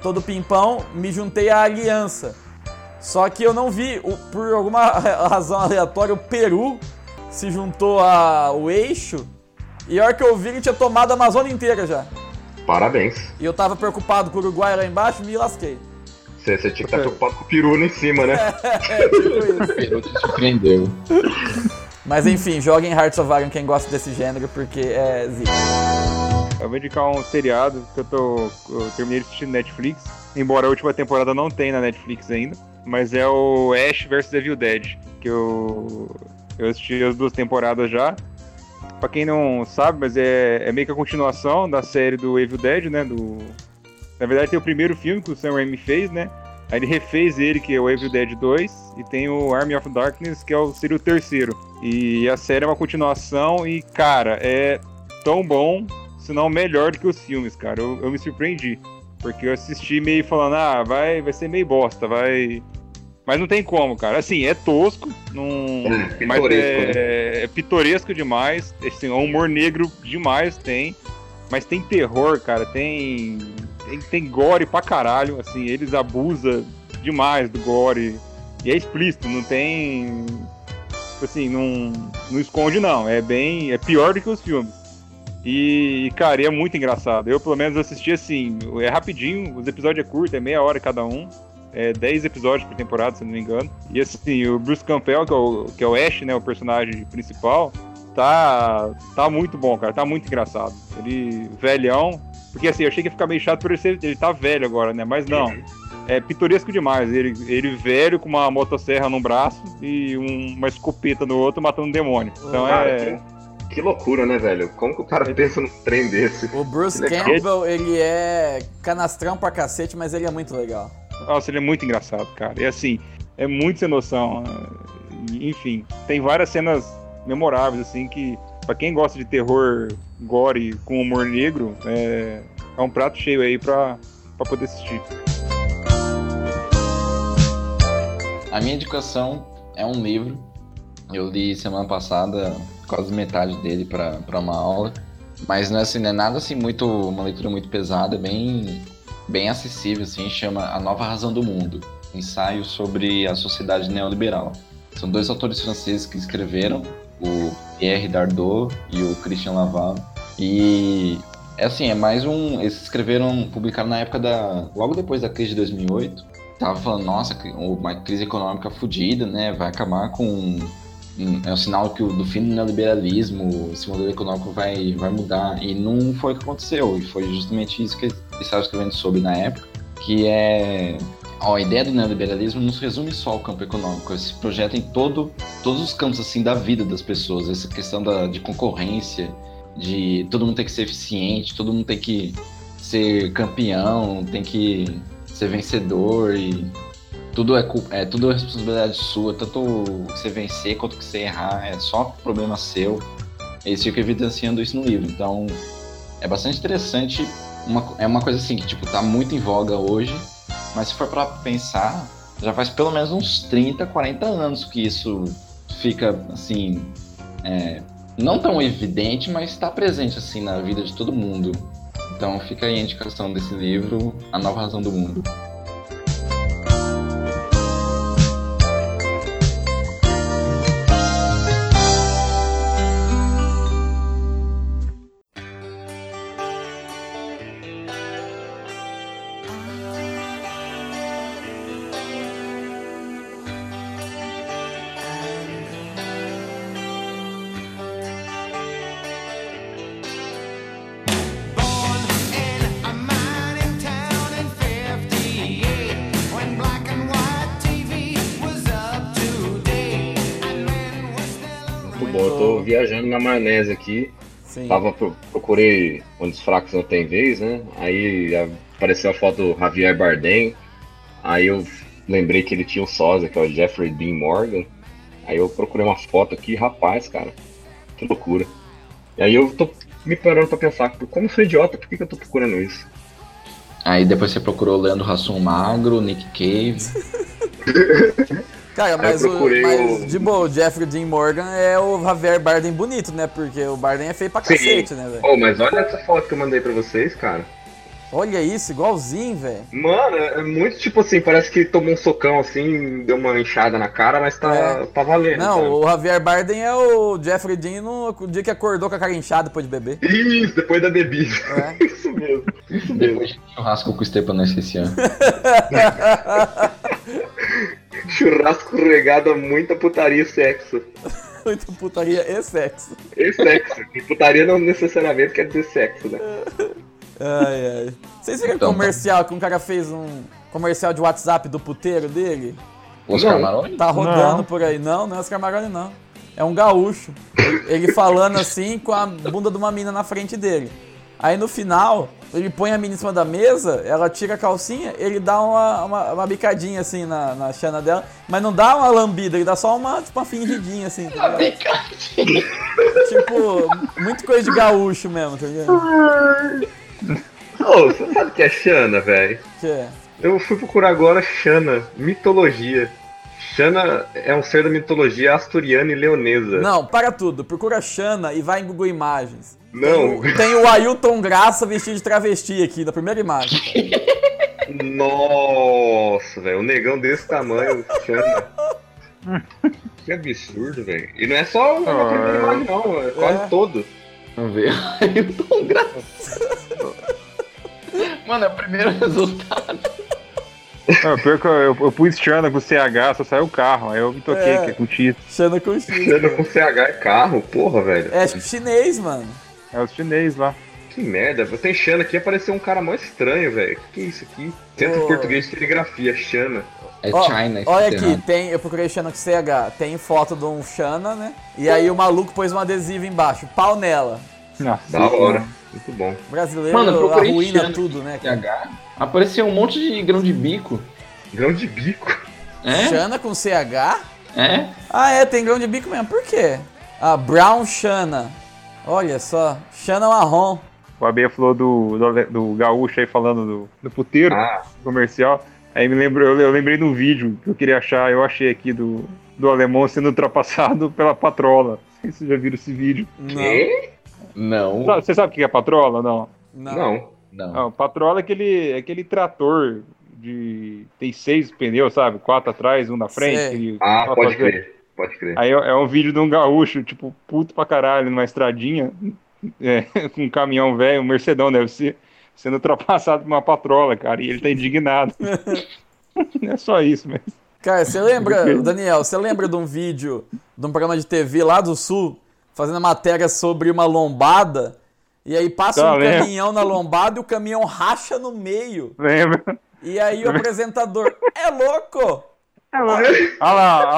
[SPEAKER 1] Todo pimpão, me juntei à aliança. Só que eu não vi, o- por alguma razão aleatória, o Peru se juntou ao eixo. E a hora que eu vi, ele tinha tomado a Amazônia inteira já.
[SPEAKER 4] Parabéns.
[SPEAKER 1] E eu tava preocupado com o Uruguai lá embaixo, me lasquei.
[SPEAKER 4] Você, você tinha que estar preocupado com o peru lá em cima, né?
[SPEAKER 1] É, tipo isso.
[SPEAKER 2] Peru te surpreendeu.
[SPEAKER 1] Mas enfim, joguem Hearts of Iron quem gosta desse gênero, porque é zica.
[SPEAKER 3] Eu vou indicar um seriado que eu tô. Eu terminei de assistir no Netflix, embora a última temporada não tenha na Netflix ainda. Mas é o Ash vs Evil Dead, que eu. Eu assisti as duas temporadas já. Pra quem não sabe, mas é, é meio que a continuação da série do Evil Dead, né? Do, na verdade tem o primeiro filme que o Sam Raimi fez, né? Aí ele refez ele, que é o Evil Dead 2, e tem o Army of Darkness, que é o, seria o terceiro. E a série é uma continuação e, cara, é tão bom. Você sinal melhor do que os filmes, cara. Eu, eu me surpreendi. Porque eu assisti meio falando, ah, vai, vai ser meio bosta, vai. Mas não tem como, cara. Assim, é tosco, não.
[SPEAKER 4] É,
[SPEAKER 3] mas
[SPEAKER 4] pitoresco,
[SPEAKER 3] é, é pitoresco demais. Assim, é um humor negro demais, tem. Mas tem terror, cara. Tem. Tem, tem gore pra caralho. Assim, eles abusam demais do gore. E é explícito, não tem. Tipo assim, não, não esconde, não. É bem. É pior do que os filmes. E, e, cara, e é muito engraçado. Eu, pelo menos, assisti assim. É rapidinho, os episódios é curto, é meia hora cada um. É 10 episódios por temporada, se não me engano. E assim, o Bruce Campbell, que é o, que é o Ash, né? O personagem principal, tá, tá muito bom, cara. Tá muito engraçado. Ele, velhão. Porque assim, eu achei que ia ficar meio chato por ele ser. Ele tá velho agora, né? Mas não. É pitoresco demais. Ele, ele velho com uma motosserra num braço e um- uma escopeta no outro matando um demônio. Então
[SPEAKER 4] Cara,
[SPEAKER 3] é.
[SPEAKER 4] Ah, que, que loucura, né, velho? Como que o
[SPEAKER 1] É.
[SPEAKER 4] cara pensa num trem desse?
[SPEAKER 1] O Bruce
[SPEAKER 4] Legal.
[SPEAKER 1] Campbell, ele é canastrão pra cacete, mas ele é muito legal.
[SPEAKER 3] Nossa, ele é muito engraçado, cara. E assim, é muito sem noção. eh, Enfim, tem várias cenas memoráveis, assim, que pra quem gosta de terror gore com humor negro, é, é um prato cheio aí pra, pra poder assistir.
[SPEAKER 2] A minha indicação é um livro. Eu li semana passada quase metade dele pra pra uma aula. Mas não é, assim, não é nada assim muito. uma leitura muito pesada, é bem, bem acessível, assim, chama A Nova Razão do Mundo. Ensaio sobre a sociedade neoliberal. São dois autores franceses que escreveram, o Pierre Dardot e o Christian Laval. E é assim, é mais um. Eles escreveram, publicaram na época da. logo depois da crise de 2008 tava falando, nossa, que- uma crise econômica fodida, né? Vai acabar com. um- É um sinal que o, do fim do neoliberalismo, esse modelo econômico vai, vai mudar. E não foi o que aconteceu. E foi justamente isso que eles estavam escrevendo sobre na época, que é. ó, a ideia do neoliberalismo não se resume só ao campo econômico, ele se projeta em todo, todos os campos assim da vida das pessoas. Essa questão da, de concorrência, de todo mundo tem que ser eficiente, todo mundo tem que ser campeão, tem que ser vencedor e tudo é, culpa, é tudo é responsabilidade sua, tanto o que você vencer quanto o que você errar, é só problema seu. Eles ficam evidenciando isso no livro. Então, é bastante interessante. Uma, co- é uma coisa assim que, tipo, tá muito em voga hoje, mas se for pra pensar, já faz pelo menos uns 30, 40 anos que isso fica, assim, é, não tão evidente, mas está presente, assim, na vida de todo mundo. Então fica aí a indicação desse livro, A Nova Razão do Mundo.
[SPEAKER 4] Muito bom, eu tô viajando na maionese aqui.
[SPEAKER 1] é Sim.
[SPEAKER 4] Tava pro- procurei onde os fracos não tem vez, né? Aí apareceu a foto do Javier Bardem. Aí eu lembrei que ele tinha um sósia, que é o Jeffrey Dean Morgan. Aí eu procurei uma foto aqui, rapaz, cara, que loucura. E aí eu tô me parando pra pensar, como eu sou idiota, por que, que eu tô procurando isso?
[SPEAKER 2] Aí depois você procurou Leandro Hassum Magro, Nick Cave.
[SPEAKER 1] Cara, mas,
[SPEAKER 4] eu
[SPEAKER 1] o,
[SPEAKER 4] procurei
[SPEAKER 1] mas
[SPEAKER 4] o-
[SPEAKER 1] de boa, o Jeffrey Dean Morgan é o Javier Bardem bonito, né? Porque o Bardem é feio pra
[SPEAKER 4] Sim.
[SPEAKER 1] cacete, né, velho?
[SPEAKER 4] Oh, mas olha essa foto que eu mandei pra vocês, cara.
[SPEAKER 1] Olha isso, igualzinho, velho.
[SPEAKER 4] Mano, é é muito tipo assim, parece que tomou um socão assim, deu uma inchada na cara, mas tá,
[SPEAKER 1] É.
[SPEAKER 4] tá valendo. sabe?
[SPEAKER 1] Não, o Javier Bardem é o Jeffrey Dean no dia que acordou com a cara inchada depois de beber.
[SPEAKER 4] Isso, depois da bebida.
[SPEAKER 1] É.
[SPEAKER 4] Isso mesmo. Isso mesmo.
[SPEAKER 2] Depois de churrasco com o Stepan esse ano.
[SPEAKER 4] Churrasco regado a muita putaria e sexo.
[SPEAKER 1] Muita putaria e sexo.
[SPEAKER 4] E sexo. E putaria não necessariamente quer dizer sexo, né?
[SPEAKER 1] Ai, ai. Vocês viram
[SPEAKER 2] Então,
[SPEAKER 1] o comercial que um cara fez um comercial de WhatsApp do puteiro dele?
[SPEAKER 2] Oscar
[SPEAKER 4] Não.
[SPEAKER 2] Maroni?
[SPEAKER 1] Tá rodando
[SPEAKER 3] Não.
[SPEAKER 1] por aí. Não, não é Oscar Maroni, não. É um gaúcho. Ele- Ele falando assim com a bunda de uma mina na frente dele. Aí no final, ele põe a mina em cima da mesa, ela tira a calcinha, ele dá uma, uma, uma bicadinha assim na, na chana dela, mas não dá uma lambida, ele dá só uma, tipo, uma fingidinha assim. tá ligado? tipo, muito coisa de gaúcho mesmo, tá ligado?
[SPEAKER 4] Ô, você sabe o que é Xana, velho?
[SPEAKER 1] Que é.
[SPEAKER 4] Eu fui procurar agora Xana, mitologia. Xana é um ser da mitologia asturiana e leonesa.
[SPEAKER 1] Não, para tudo. Procura Xana e vai em Google Imagens.
[SPEAKER 4] Não.
[SPEAKER 1] Tem, o- tem o Ailton Graça vestido de travesti aqui, na primeira imagem.
[SPEAKER 4] Nossa, velho, um negão desse tamanho, Xana. Que absurdo, velho. E não é só uma
[SPEAKER 3] Ah.
[SPEAKER 4] primeira imagem, não, é quase
[SPEAKER 1] É.
[SPEAKER 4] todo.
[SPEAKER 2] Vamos ver. Ailton Graça. Mano, é o primeiro resultado.
[SPEAKER 3] Não, pior que eu, eu, eu pus Xana com CH, só saiu o carro. Aí eu me toquei
[SPEAKER 1] É.
[SPEAKER 3] que é com X.
[SPEAKER 1] Xana com X.
[SPEAKER 4] Xana com CH é carro, porra, velho.
[SPEAKER 1] É tipo chinês, mano.
[SPEAKER 3] É os chinês lá.
[SPEAKER 4] Que merda, eu tenho Xana aqui apareceu um cara mó estranho, velho. Que que é isso aqui? Centro
[SPEAKER 1] Ô.
[SPEAKER 4] Português de Telegrafia, Xana.
[SPEAKER 2] É
[SPEAKER 1] Ó,
[SPEAKER 2] China. esse
[SPEAKER 1] olha
[SPEAKER 2] terreno.
[SPEAKER 1] aqui, tem, eu procurei Xana com CH. Tem foto de um Xana, né? E aí o maluco pôs um adesivo embaixo. Pau nela.
[SPEAKER 3] Nossa,
[SPEAKER 4] Da hora. Muito bom.
[SPEAKER 1] Brasileiro
[SPEAKER 2] Mano, eu procurei
[SPEAKER 1] arruína
[SPEAKER 2] Xana
[SPEAKER 1] tudo, né? cara?
[SPEAKER 2] TH, apareceu um monte de grão de bico.
[SPEAKER 4] Grão de bico.
[SPEAKER 2] É?
[SPEAKER 1] Xana com CH?
[SPEAKER 2] É?
[SPEAKER 1] Ah, é, tem grão de bico mesmo. Por quê? Ah, Brown Xana. Olha só. Xana marrom.
[SPEAKER 3] o AB falou do, do, do gaúcho aí falando do, do puteiro
[SPEAKER 4] Ah,
[SPEAKER 3] comercial. Aí me lembrou, eu, eu lembrei de um vídeo que eu queria achar, eu achei aqui do, do alemão sendo ultrapassado pela patrola. Não sei se Vocês já viram esse vídeo?
[SPEAKER 1] Não.
[SPEAKER 4] quê?
[SPEAKER 2] Não.
[SPEAKER 3] Sabe- Você sabe o que é patrola? Não.
[SPEAKER 1] Não.
[SPEAKER 4] Não.
[SPEAKER 2] Não.
[SPEAKER 3] Não, patrola é aquele, é aquele trator de. tem seis pneus, sabe? Quatro atrás, um na frente.
[SPEAKER 1] Sei.
[SPEAKER 3] que-
[SPEAKER 4] Ah,
[SPEAKER 3] pra
[SPEAKER 4] pode
[SPEAKER 3] fazer.
[SPEAKER 4] crer. Pode crer.
[SPEAKER 3] Aí é é um vídeo de um gaúcho, tipo, puto pra caralho, numa estradinha, é, com um caminhão velho, um Mercedão deve ser, sendo ultrapassado por uma patrola, cara, e ele tá indignado. Não é só isso, mas.
[SPEAKER 1] Cara, você lembra, Daniel, você lembra de um vídeo de um programa de TV lá do Sul, fazendo a matéria sobre uma lombada? E aí passa
[SPEAKER 3] Tá,
[SPEAKER 1] um
[SPEAKER 3] lembro.
[SPEAKER 1] caminhão na lombada e o caminhão racha no meio.
[SPEAKER 3] Lembra?
[SPEAKER 1] E aí
[SPEAKER 3] Tá
[SPEAKER 1] o apresentador, é louco!
[SPEAKER 3] Olha lá, olha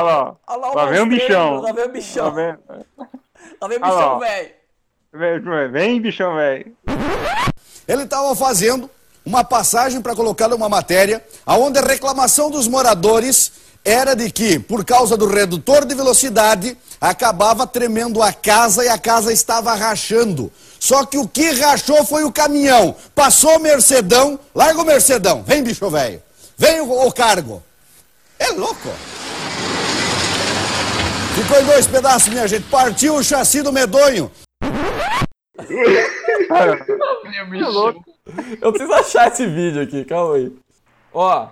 [SPEAKER 3] lá.
[SPEAKER 1] Olha lá, o
[SPEAKER 3] Lá vem o
[SPEAKER 1] monstrengo,
[SPEAKER 3] bichão.
[SPEAKER 1] Lá vem o
[SPEAKER 3] Tá
[SPEAKER 1] bichão!
[SPEAKER 3] vendo?
[SPEAKER 1] Lá vem o
[SPEAKER 3] Ah lá,
[SPEAKER 1] bichão,
[SPEAKER 3] ó.
[SPEAKER 1] velho!
[SPEAKER 3] Vem, Vem, bichão, velho.
[SPEAKER 5] Ele estava fazendo uma passagem para colocar uma matéria onde a reclamação dos moradores era de que, por causa do redutor de velocidade, acabava tremendo a casa e a casa estava rachando. Só que o que rachou foi o caminhão. Passou o Mercedão, larga o Mercedão, vem bicho velho, vem o, o cargo. É louco. Ficou em dois pedaços, minha gente. Partiu o chassi do medonho.
[SPEAKER 1] Eu preciso achar esse vídeo aqui, calma aí. Ó,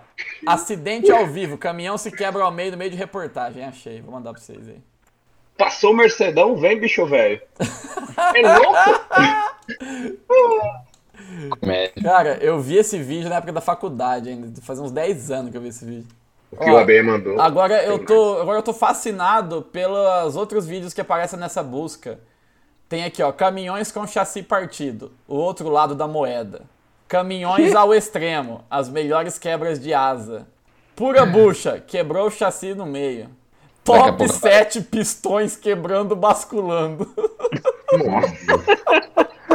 [SPEAKER 1] acidente ao vivo, caminhão se quebra ao meio no meio de reportagem. Achei, vou mandar pra vocês aí.
[SPEAKER 4] Passou o Mercedão, vem, bicho velho. É louco?
[SPEAKER 2] Comédia.
[SPEAKER 1] Cara, eu vi esse vídeo na época da faculdade ainda, faz uns 10 anos que eu vi esse vídeo.
[SPEAKER 4] O que
[SPEAKER 1] Ó,
[SPEAKER 4] o AB mandou.
[SPEAKER 1] Agora eu tô, agora eu tô fascinado pelos outros vídeos que aparecem nessa busca. Tem aqui, ó, caminhões com chassi partido, o outro lado da moeda. Caminhões ao extremo, as melhores quebras de asa. Pura bucha, quebrou o chassi no meio.
[SPEAKER 2] Daqui a
[SPEAKER 1] Top
[SPEAKER 2] pouco-
[SPEAKER 1] 7 pistões quebrando, basculando.
[SPEAKER 4] Nossa.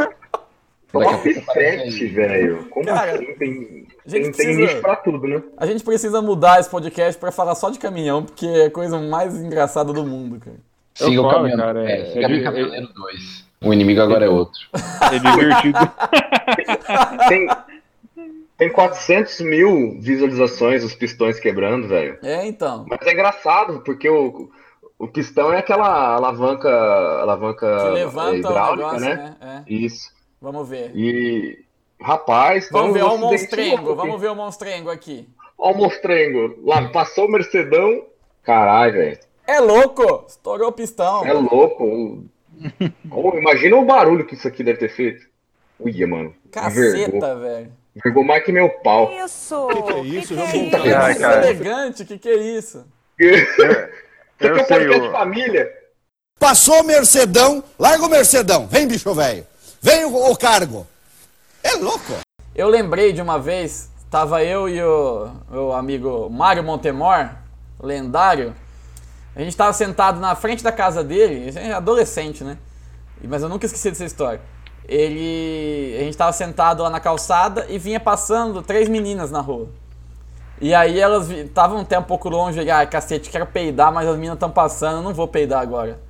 [SPEAKER 2] Daqui a
[SPEAKER 4] Top
[SPEAKER 2] pouco aparece
[SPEAKER 4] 7,
[SPEAKER 2] aí.
[SPEAKER 4] velho. Como
[SPEAKER 1] Cara,
[SPEAKER 4] assim? Tem,
[SPEAKER 1] gente
[SPEAKER 4] tem, tem
[SPEAKER 1] precisa-
[SPEAKER 4] nicho pra tudo, né?
[SPEAKER 1] A gente precisa mudar esse podcast pra falar só de caminhão, porque é a coisa mais engraçada do mundo, cara.
[SPEAKER 3] Eu
[SPEAKER 2] Siga o
[SPEAKER 3] falo,
[SPEAKER 2] caminhão.
[SPEAKER 3] cara, é-
[SPEAKER 2] é, siga
[SPEAKER 3] é-
[SPEAKER 2] o caminhoneiro 2. O inimigo agora é outro.
[SPEAKER 3] É divertido.
[SPEAKER 4] Tem, tem 400 mil visualizações os pistões quebrando, velho.
[SPEAKER 1] É, então.
[SPEAKER 4] Mas é engraçado, porque o, o pistão é aquela alavanca,
[SPEAKER 2] Ah,
[SPEAKER 4] alavanca
[SPEAKER 1] Que levanta o
[SPEAKER 4] hidráulica,
[SPEAKER 1] negócio,
[SPEAKER 4] né?
[SPEAKER 1] né? É.
[SPEAKER 4] Isso.
[SPEAKER 1] Vamos ver.
[SPEAKER 4] E, rapaz...
[SPEAKER 1] Vamos ver,
[SPEAKER 4] o
[SPEAKER 1] ó o monstrengo, vamos ver o monstrengo aqui.
[SPEAKER 4] Ó o monstrengo. Lá, passou o Mercedão. Caralho, velho.
[SPEAKER 1] É louco! Estourou o pistão.
[SPEAKER 4] É louco. Ô, imagina o barulho que isso aqui deve ter feito. Uia, mano. Vergou.
[SPEAKER 1] Caceta, velho.
[SPEAKER 4] Vergou mais que meu pau.
[SPEAKER 6] isso? Que que é isso? Que que
[SPEAKER 4] Puta
[SPEAKER 6] é
[SPEAKER 4] que
[SPEAKER 3] Ai,
[SPEAKER 1] Isso
[SPEAKER 3] cara.
[SPEAKER 1] é elegante, que que é isso?
[SPEAKER 4] Isso aqui é
[SPEAKER 3] Eu
[SPEAKER 4] um
[SPEAKER 3] sei,
[SPEAKER 4] podcast de
[SPEAKER 3] o,
[SPEAKER 4] família.
[SPEAKER 5] Passou o Mercedão, larga o Mercedão, vem bicho velho, vem o, o cargo. É louco.
[SPEAKER 1] Eu lembrei de uma vez, tava eu e o meu amigo Mário Montemor, lendário. A gente tava sentado na frente da casa dele, a gente é adolescente, né? E- Mas eu nunca esqueci dessa história. Ele. A gente tava sentado lá na calçada e vinha passando três meninas na rua. E aí elas vi- estavam até um pouco longe, ele, ah, cacete, quero peidar, mas as meninas estão passando, eu não vou peidar agora.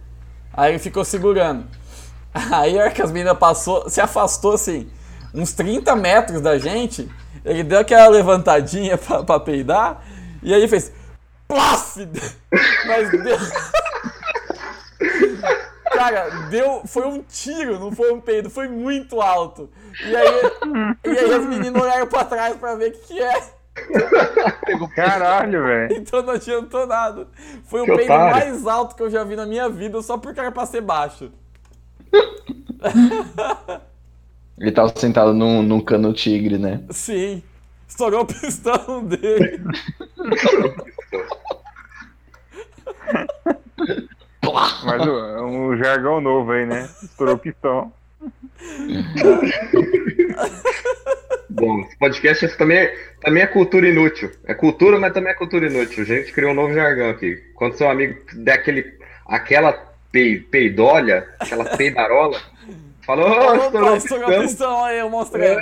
[SPEAKER 1] Aí ele ficou segurando. Aí a hora que as meninas passou, se afastou assim, uns 30 metros da gente, ele deu aquela levantadinha pra, pra peidar, e aí fez. Plácido! Mas deu. Cara, deu. Foi um tiro, não foi um peido, foi muito alto. E aí, e aí as meninas olharam pra trás pra ver o que, que é.
[SPEAKER 3] Caralho, velho.
[SPEAKER 1] Então não adiantou nada. Foi o
[SPEAKER 4] Que
[SPEAKER 1] peido
[SPEAKER 4] otário.
[SPEAKER 1] mais alto que eu já vi na minha vida, só porque era pra ser baixo.
[SPEAKER 2] Ele tava sentado num, num cano tigre, né?
[SPEAKER 1] Sim. Estourou o pistão dele.
[SPEAKER 3] Mas ó, é um jargão novo aí, né? Estourou pistão.
[SPEAKER 4] Bom, esse podcast esse também, é, também é cultura inútil. É cultura, mas também é cultura inútil. A gente criou um novo jargão aqui. Quando seu amigo der aquele, aquela pei- peidolha, aquela peidarola, falou, ô,
[SPEAKER 1] Opa, estourou
[SPEAKER 4] estourou
[SPEAKER 1] o
[SPEAKER 4] pistão,
[SPEAKER 1] é pistão aí, eu
[SPEAKER 4] É,
[SPEAKER 1] mostrei.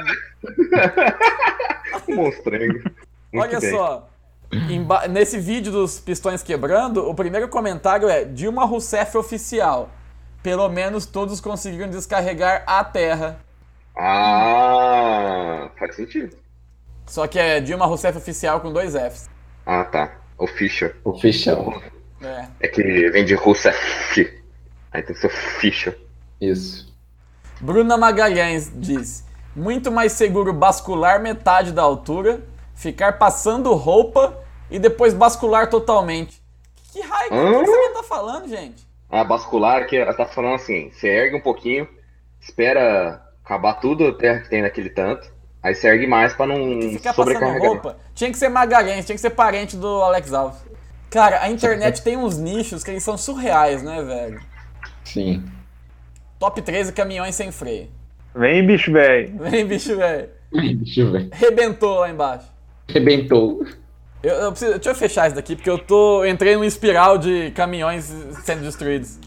[SPEAKER 4] monstrengo. Muito
[SPEAKER 1] Olha
[SPEAKER 4] bem.
[SPEAKER 1] só. emba- Nesse vídeo dos pistões quebrando, o primeiro comentário é Dilma Rousseff oficial. Pelo menos todos conseguiram descarregar a terra.
[SPEAKER 4] Ah, faz sentido.
[SPEAKER 1] Só que é Dilma Rousseff oficial com dois Fs.
[SPEAKER 4] Ah, tá. O Fischer.
[SPEAKER 2] O fechão.
[SPEAKER 1] É.
[SPEAKER 4] É que vem de Rousseff. Aí tem que ser o Fischer.
[SPEAKER 2] Isso.
[SPEAKER 1] Bruna Magalhães diz: Muito mais seguro bascular metade da altura, ficar passando roupa e depois bascular totalmente. Que raio que, que
[SPEAKER 4] Hã?
[SPEAKER 1] você tá falando, gente?
[SPEAKER 4] Ah, bascular, que ela tá falando assim, você ergue um pouquinho, espera acabar tudo a terra que tem naquele tanto, aí você ergue mais pra não
[SPEAKER 1] Ficar passando
[SPEAKER 4] sobrecarregar.
[SPEAKER 1] roupa? Tinha que ser Magalhães, tinha que ser parente do Alex Alves. Cara, a internet tem uns nichos que eles são surreais, né, velho?
[SPEAKER 2] Sim.
[SPEAKER 1] Top 13 caminhões sem freio.
[SPEAKER 3] Vem, bicho, velho.
[SPEAKER 1] Vem, bicho, velho.
[SPEAKER 2] Deixa eu ver.
[SPEAKER 1] Rebentou lá embaixo.
[SPEAKER 2] Arrebentou.
[SPEAKER 1] Eu, eu preciso, deixa eu fechar isso daqui, porque eu tô. eu entrei numa espiral de caminhões sendo destruídos.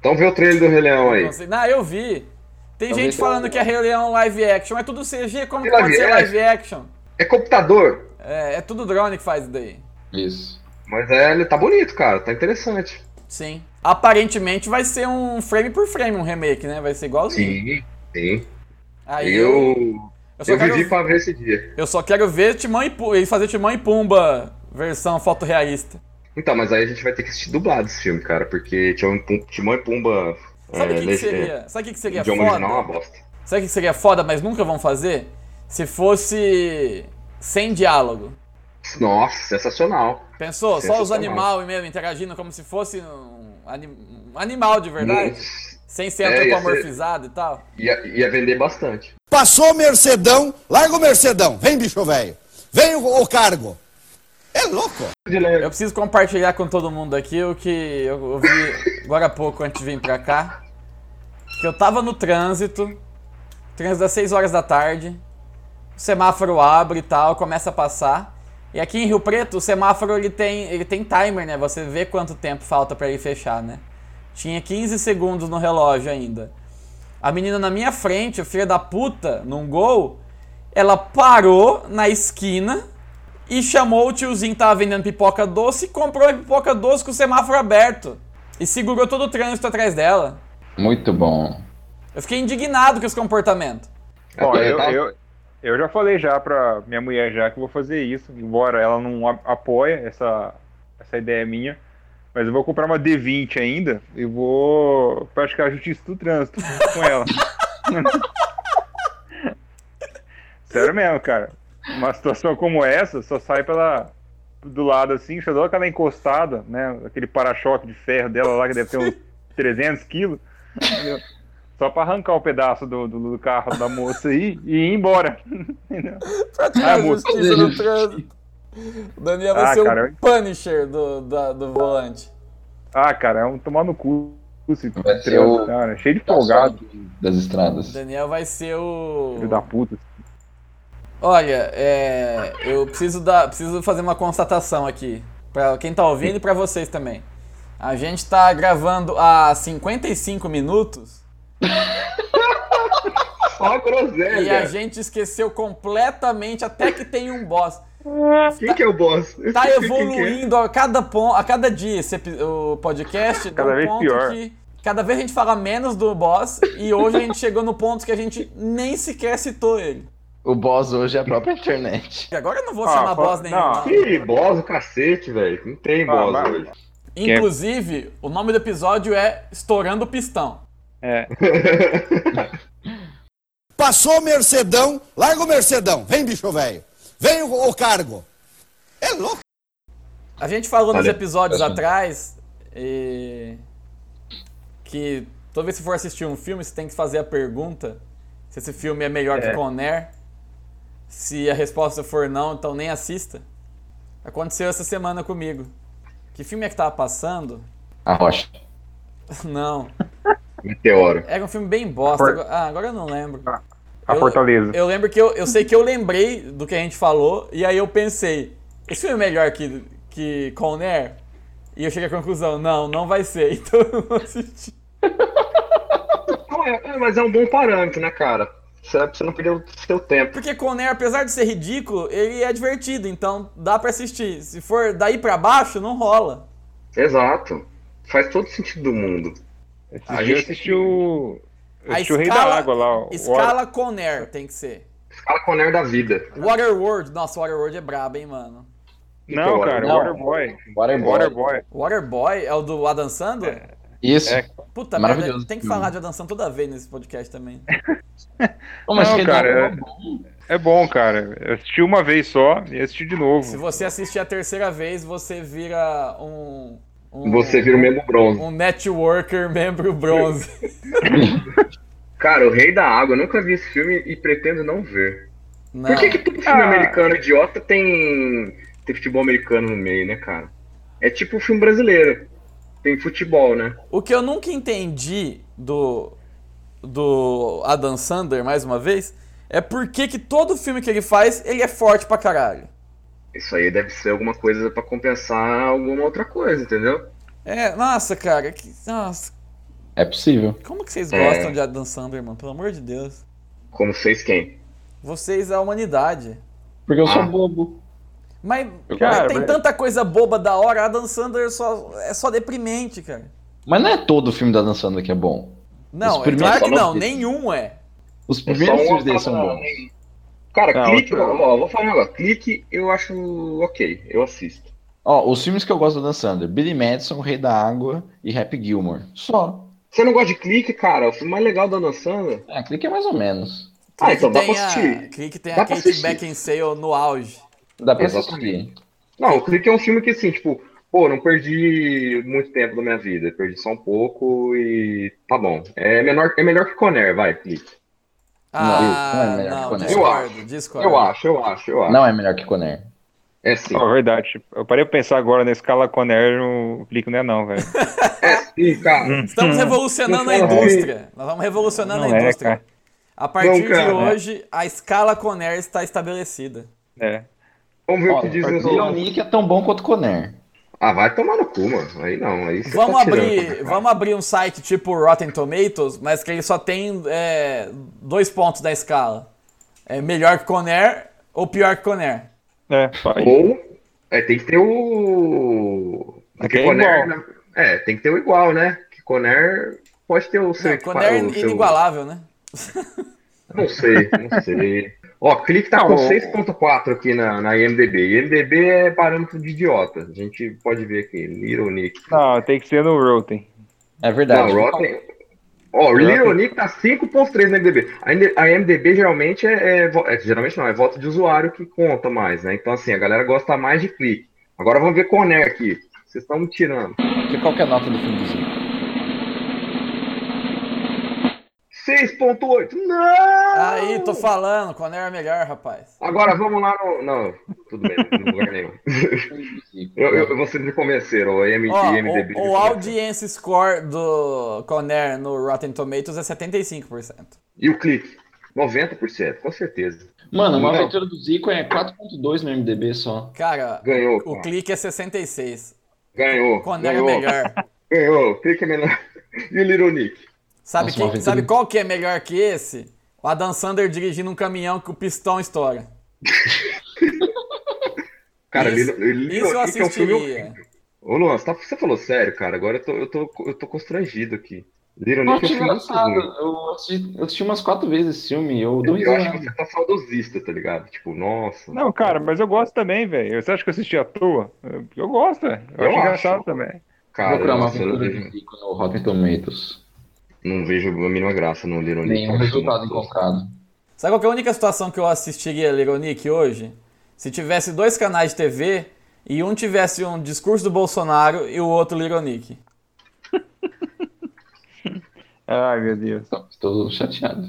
[SPEAKER 4] Então vê o trailer do Rei Leão aí.
[SPEAKER 1] Não, sei- não, eu vi. Tem
[SPEAKER 2] Talvez
[SPEAKER 1] gente falando
[SPEAKER 2] eu-
[SPEAKER 4] um
[SPEAKER 1] que é Rei Leão live action, mas tudo CG, como que
[SPEAKER 4] Live
[SPEAKER 1] pode ser
[SPEAKER 4] action?
[SPEAKER 1] live action?
[SPEAKER 4] É computador,
[SPEAKER 1] É, é tudo drone que faz isso daí.
[SPEAKER 2] Isso.
[SPEAKER 4] mas é, ele tá bonito, cara, tá interessante.
[SPEAKER 1] Sim. Aparentemente vai ser um frame por frame, um remake, né? Vai ser igualzinho.
[SPEAKER 4] Sim, sim.
[SPEAKER 1] Aí eu,
[SPEAKER 4] Eu,
[SPEAKER 1] eu, só
[SPEAKER 4] eu vivi
[SPEAKER 1] quero,
[SPEAKER 4] pra ver esse dia.
[SPEAKER 1] eu só quero ver Timão e Pumba, e fazer Timão e Pumba versão fotorrealista.
[SPEAKER 4] Então, mas aí a gente vai ter que assistir dublado esse filme, cara, porque Timão e Pum- Timão e Pumba
[SPEAKER 1] Sabe o
[SPEAKER 4] é,
[SPEAKER 1] que, que
[SPEAKER 4] le-
[SPEAKER 1] seria? Sabe o que, que
[SPEAKER 4] é,
[SPEAKER 1] seria
[SPEAKER 4] idioma
[SPEAKER 1] foda?
[SPEAKER 4] original é uma bosta.
[SPEAKER 1] Sabe o que seria foda, mas nunca vão fazer? Se fosse sem diálogo.
[SPEAKER 4] Nossa, sensacional.
[SPEAKER 1] Pensou? Só os
[SPEAKER 4] Sensacional.
[SPEAKER 1] animais mesmo interagindo como se fosse um, anim- um animal de verdade?
[SPEAKER 4] Nossa,
[SPEAKER 1] Sem ser
[SPEAKER 4] É, ia ser-
[SPEAKER 1] antropomorfizado e tal?
[SPEAKER 4] Ia, ia vender bastante.
[SPEAKER 5] Passou o Mercedão, larga o Mercedão. Vem, bicho velho. Vem o, o cargo. É louco.
[SPEAKER 1] Eu preciso compartilhar com todo mundo aqui o que eu ouvi agora há pouco antes de vir pra cá. Que eu tava no trânsito, trânsito das 6 horas da tarde, o semáforo abre e tal, começa a passar. E aqui em Rio Preto, o semáforo ele tem, ele tem timer, né? Você vê quanto tempo falta pra ele fechar, né? Tinha 15 segundos no relógio ainda. A menina na minha frente, filha da puta, num gol, ela parou na esquina e chamou o tiozinho que tava vendendo pipoca doce e comprou a pipoca doce com o semáforo aberto. E segurou todo o trânsito atrás dela.
[SPEAKER 2] Muito bom.
[SPEAKER 1] Eu fiquei indignado com esse comportamento.
[SPEAKER 3] Ó,
[SPEAKER 4] Até
[SPEAKER 3] eu,
[SPEAKER 4] tá-
[SPEAKER 3] eu, eu já falei já pra minha mulher já que eu vou fazer isso, embora ela não a- apoie essa, essa ideia minha. Mas eu vou comprar uma D20 ainda e vou praticar a justiça do trânsito com ela. Sério mesmo, cara. Uma situação como essa só sai pela do lado assim, só dá aquela encostada, né? Aquele para-choque de ferro dela lá que deve ter uns 300 quilos. entendeu? Só pra arrancar o pedaço do, do- do carro da moça aí e ir embora. entendeu?
[SPEAKER 1] Pra ter
[SPEAKER 3] Ah,
[SPEAKER 1] a
[SPEAKER 3] amor,
[SPEAKER 1] justiça no trânsito. O né? Daniel vai
[SPEAKER 3] Ah,
[SPEAKER 1] ser
[SPEAKER 3] cara,
[SPEAKER 1] o punisher do, da- do volante.
[SPEAKER 3] Ah, cara, é um tomar no cu. Esse
[SPEAKER 2] Vai ser
[SPEAKER 3] trânsito,
[SPEAKER 2] o-
[SPEAKER 3] cara, cheio de folgado,
[SPEAKER 2] Das
[SPEAKER 1] O
[SPEAKER 2] estradas.
[SPEAKER 1] Daniel vai ser o.
[SPEAKER 3] filho da puta.
[SPEAKER 1] Olha, é, eu preciso, dar, preciso fazer uma constatação aqui. Pra quem tá ouvindo e pra vocês também. A gente tá gravando há 55 minutos
[SPEAKER 4] Só
[SPEAKER 1] Tá- e a
[SPEAKER 4] groselha.
[SPEAKER 1] gente esqueceu completamente até que tem um boss.
[SPEAKER 4] Quem que é o boss?
[SPEAKER 1] Tá
[SPEAKER 4] Quem que é?
[SPEAKER 1] evoluindo a cada ponto, a cada dia esse epi- o podcast, dá
[SPEAKER 3] Cada
[SPEAKER 1] um
[SPEAKER 3] vez
[SPEAKER 1] ponto
[SPEAKER 3] pior.
[SPEAKER 1] que Cada vez a gente fala menos do boss e hoje a gente chegou no ponto que a gente nem sequer citou ele.
[SPEAKER 2] O boss hoje é a própria internet.
[SPEAKER 1] E Agora eu não vou
[SPEAKER 3] Ah,
[SPEAKER 1] chamar
[SPEAKER 3] fa-
[SPEAKER 1] boss nenhum.
[SPEAKER 3] não.
[SPEAKER 1] não.
[SPEAKER 4] Ih, boss, o cacete, velho. Não tem boss
[SPEAKER 3] mas-
[SPEAKER 4] hoje.
[SPEAKER 1] Inclusive, o nome do episódio é Estourando o Pistão.
[SPEAKER 3] É.
[SPEAKER 5] Passou Mercedão, larga o Mercedão. Vem, bicho velho. Vem o, o cargo. É louco.
[SPEAKER 1] A gente falou nos
[SPEAKER 4] Valeu.
[SPEAKER 1] episódios
[SPEAKER 2] Próximo.
[SPEAKER 1] atrás e... que toda vez que for assistir um filme, você tem que fazer a pergunta se esse filme é melhor que Conair. Se a resposta for não, então nem assista. Aconteceu essa semana comigo. Que filme é que tava passando?
[SPEAKER 2] A rocha.
[SPEAKER 1] Não.
[SPEAKER 4] Meteoro.
[SPEAKER 1] Era um filme bem bosta.
[SPEAKER 3] Por-
[SPEAKER 1] Agora- Ah, agora eu não lembro.
[SPEAKER 3] A
[SPEAKER 1] Eu-
[SPEAKER 3] Fortaleza.
[SPEAKER 1] Eu lembro que eu, eu sei que eu lembrei do que a gente falou, e aí eu pensei, esse filme é melhor que, que Con Air? E eu cheguei à conclusão, não, não vai ser, então eu não assisti.
[SPEAKER 4] Não, é- é, mas é um bom parâmetro, né, cara? Você, você não perdeu o seu tempo.
[SPEAKER 1] Porque Con Air, apesar de ser ridículo, ele é divertido, então dá pra assistir. Se for daí pra baixo, não rola.
[SPEAKER 4] Exato. Faz todo sentido do mundo.
[SPEAKER 3] A gente assistiu. Eu assisti o Rei da Água lá. o- o-
[SPEAKER 1] Escala Con Air tem que ser.
[SPEAKER 4] Escala com o Nerd da vida.
[SPEAKER 1] Waterworld, nossa, Waterworld é brabo, hein, mano.
[SPEAKER 3] Não, É cara,
[SPEAKER 2] Não.
[SPEAKER 3] Waterboy.
[SPEAKER 2] Bora embora.
[SPEAKER 3] Waterboy.
[SPEAKER 1] Waterboy é o do Adam Sandler?
[SPEAKER 2] Isso.
[SPEAKER 3] É.
[SPEAKER 1] Puta merda,
[SPEAKER 2] Maravilhoso
[SPEAKER 1] tem que
[SPEAKER 2] filme.
[SPEAKER 1] falar de Adam Sandler toda vez nesse podcast também.
[SPEAKER 2] Pô, mas
[SPEAKER 3] Não,
[SPEAKER 2] que
[SPEAKER 3] cara,
[SPEAKER 2] não,
[SPEAKER 3] é- É bom, cara. Eu assisti uma vez só e assisti de
[SPEAKER 1] Se
[SPEAKER 3] novo.
[SPEAKER 1] você assistir a terceira vez, você vira um. um
[SPEAKER 4] Você vira o mesmo bronze.
[SPEAKER 1] Um networker membro bronze.
[SPEAKER 4] Cara, o Rei da Água, eu nunca vi esse filme e pretendo não ver.
[SPEAKER 1] Não.
[SPEAKER 4] Por que, que todo filme
[SPEAKER 3] Ah.
[SPEAKER 4] americano idiota tem, tem futebol americano no meio, né, cara? É tipo o filme brasileiro. Tem futebol, né?
[SPEAKER 1] O que eu nunca entendi do. do Adam Sandler, mais uma vez, é por que que todo filme que ele faz, ele é forte pra caralho.
[SPEAKER 4] Isso aí deve ser alguma coisa pra compensar alguma outra coisa, entendeu?
[SPEAKER 1] É, nossa, cara, que, nossa,
[SPEAKER 2] É possível.
[SPEAKER 1] como que vocês
[SPEAKER 4] É.
[SPEAKER 1] gostam de Adam Sandler, mano? Pelo amor de Deus.
[SPEAKER 4] Como fez quem?
[SPEAKER 1] Vocês, a humanidade.
[SPEAKER 2] Porque eu sou
[SPEAKER 4] Ah.
[SPEAKER 2] bobo.
[SPEAKER 1] Mas,
[SPEAKER 3] Cara,
[SPEAKER 1] mas tem
[SPEAKER 3] mas-
[SPEAKER 1] tanta coisa boba da hora, Adam Sandler só, é só deprimente, cara.
[SPEAKER 2] Mas não é todo o filme da dançando que é bom.
[SPEAKER 1] Não,
[SPEAKER 2] Os
[SPEAKER 1] é
[SPEAKER 2] primeiros
[SPEAKER 1] claro que
[SPEAKER 4] só
[SPEAKER 1] não,
[SPEAKER 4] não-
[SPEAKER 1] nenhum é.
[SPEAKER 2] Os primeiros
[SPEAKER 4] Só um
[SPEAKER 2] filmes dele são
[SPEAKER 4] apaga-
[SPEAKER 2] bons.
[SPEAKER 4] Cara,
[SPEAKER 3] Não,
[SPEAKER 4] clique,
[SPEAKER 3] outra-
[SPEAKER 4] ó, ó, vou falar um negócio. Clique eu acho ok, eu assisto.
[SPEAKER 2] Ó, os filmes que eu gosto do Dan Sandler, Billy Madison, Rei da Água e Happy Gilmore. Só.
[SPEAKER 4] Você não gosta de clique, cara? O filme mais legal da Dan Sandler?
[SPEAKER 2] É, clique é mais ou menos.
[SPEAKER 4] Ah,
[SPEAKER 1] Clique
[SPEAKER 4] então dá pra
[SPEAKER 1] tem a-
[SPEAKER 4] assistir.
[SPEAKER 1] Clique tem a
[SPEAKER 4] Dá pra
[SPEAKER 1] Kate
[SPEAKER 4] assistir.
[SPEAKER 1] Beckinsale no auge.
[SPEAKER 2] Dá pra
[SPEAKER 4] Exatamente.
[SPEAKER 2] assistir.
[SPEAKER 4] Não, o Clique é um filme que, assim, tipo, pô, não perdi muito tempo da minha vida, perdi só um pouco e tá bom. É, menor, é melhor que Conner, vai, Clique.
[SPEAKER 1] Ah,
[SPEAKER 2] isso não é melhor
[SPEAKER 1] não,
[SPEAKER 2] que o Neto.
[SPEAKER 1] discordo, discordo.
[SPEAKER 4] Eu acho, eu acho, eu acho.
[SPEAKER 2] Não é melhor que Conner.
[SPEAKER 4] É sim,
[SPEAKER 3] Ó, verdade. Eu parei pra pensar agora na escala Conner, o Flick não é não, velho.
[SPEAKER 4] é sim, cara.
[SPEAKER 1] Estamos revolucionando a
[SPEAKER 4] Não,
[SPEAKER 1] indústria. Nós vamos revolucionando
[SPEAKER 3] Não
[SPEAKER 1] a
[SPEAKER 3] é,
[SPEAKER 1] indústria.
[SPEAKER 3] cara.
[SPEAKER 1] a partir
[SPEAKER 4] Não, cara.
[SPEAKER 1] de hoje, a escala Conair está estabelecida.
[SPEAKER 3] É.
[SPEAKER 4] Vamos ver o que diz nos outros.
[SPEAKER 2] Leonic é tão bom quanto Conner.
[SPEAKER 4] Ah, vai tomar no cu, mano. Aí não, aí você
[SPEAKER 1] Vamos
[SPEAKER 4] tá tirando,
[SPEAKER 1] abrir,
[SPEAKER 4] cara.
[SPEAKER 1] vamos abrir um site tipo Rotten Tomatoes, mas que ele só tem é, dois pontos da escala. É melhor que Conair ou pior que Conair?
[SPEAKER 3] É, faz.
[SPEAKER 4] Ou é, tem que ter o.
[SPEAKER 3] Aquele
[SPEAKER 4] que Conner,
[SPEAKER 3] igual.
[SPEAKER 4] né? É, tem que ter o igual, né? Que Conner pode ter o seu. equipa-
[SPEAKER 1] Conair
[SPEAKER 4] o
[SPEAKER 1] é
[SPEAKER 4] seu-
[SPEAKER 1] inigualável, né?
[SPEAKER 4] Não sei, não sei. Ó, clique tá
[SPEAKER 3] Não,
[SPEAKER 4] com
[SPEAKER 3] o-
[SPEAKER 4] 6.4 aqui na, na IMDB. IMDB é parâmetro de idiota. A gente pode ver aqui. Little Nick.
[SPEAKER 3] Não, tem que ser no Rotten.
[SPEAKER 2] É verdade.
[SPEAKER 4] Não, Rotten. Ó, Little Nick tá 5.3 na IMDB. A IMD- A IMDB geralmente é, é vo- é- Geralmente não, é voto de usuário que conta mais, né? Então, assim, a galera gosta mais de clique. Agora vamos ver Conner aqui. Vocês estão me tirando.
[SPEAKER 2] Porque qual que é a nota do filme do Zico?
[SPEAKER 4] 6.8. Não!
[SPEAKER 1] Aí, tô falando, Conair é melhor, rapaz.
[SPEAKER 4] Agora vamos lá no. Não, tudo bem, não lugar nenhum. Eu, eu, vocês me convenceram, o IMD,
[SPEAKER 1] Ó,
[SPEAKER 4] IMDB.
[SPEAKER 1] o, o audience score do Conair no Rotten Tomatoes é 75%.
[SPEAKER 4] E o clique? 90%, com certeza.
[SPEAKER 2] Mano, uma
[SPEAKER 4] Não.
[SPEAKER 2] aventura do Zico é 4.2 no MDB só.
[SPEAKER 1] Cara,
[SPEAKER 4] Ganhou.
[SPEAKER 1] o
[SPEAKER 4] cara.
[SPEAKER 1] clique é 66.
[SPEAKER 4] Ganhou.
[SPEAKER 1] Conair é
[SPEAKER 4] Ganhou.
[SPEAKER 1] melhor.
[SPEAKER 4] Ganhou. O clique é melhor. E o Little Nick?
[SPEAKER 1] Sabe,
[SPEAKER 2] Nossa,
[SPEAKER 1] quem-
[SPEAKER 2] uma aventura-
[SPEAKER 1] sabe qual que é melhor que esse? O Adam Sandler dirigindo um caminhão que o pistão estoura.
[SPEAKER 4] Cara,
[SPEAKER 1] Isso-
[SPEAKER 4] Little, Little
[SPEAKER 1] Isso eu
[SPEAKER 4] Nick é um filme.
[SPEAKER 1] assistiria.
[SPEAKER 4] Ô, Luan, você, tá- você falou sério, cara. Agora eu tô, eu, tô, eu tô constrangido aqui. Viram
[SPEAKER 2] Eu
[SPEAKER 4] nem que o
[SPEAKER 2] achei
[SPEAKER 4] filme é
[SPEAKER 2] engraçado.
[SPEAKER 4] ruim.
[SPEAKER 2] Eu assisti, eu assisti umas quatro vezes esse filme. Eu dou
[SPEAKER 4] Eu acho que
[SPEAKER 2] risada.
[SPEAKER 4] você tá saudosista, tá ligado? Tipo, nossa.
[SPEAKER 3] Não, cara, mas eu gosto também, velho. Você acha que eu assisti à toa? Eu- Eu gosto, velho. Eu,
[SPEAKER 4] Eu
[SPEAKER 3] acho engraçado
[SPEAKER 4] acho.
[SPEAKER 3] também.
[SPEAKER 4] cara, é
[SPEAKER 2] Procurar uma
[SPEAKER 4] nossa, eu não
[SPEAKER 2] aventura de
[SPEAKER 4] vejo,
[SPEAKER 2] Pico no Rotten Tomatoes.
[SPEAKER 4] não vejo a mínima graça no Little Nick.
[SPEAKER 2] Nenhum
[SPEAKER 4] Acho
[SPEAKER 2] resultado
[SPEAKER 4] muito-
[SPEAKER 2] encontrado.
[SPEAKER 1] Sabe qual que é a única situação que eu assistiria Leronic hoje? Se tivesse dois canais de TV e um tivesse um discurso do Bolsonaro e o outro Leronic.
[SPEAKER 3] Ai, meu Deus.
[SPEAKER 2] Então, Estou chateado.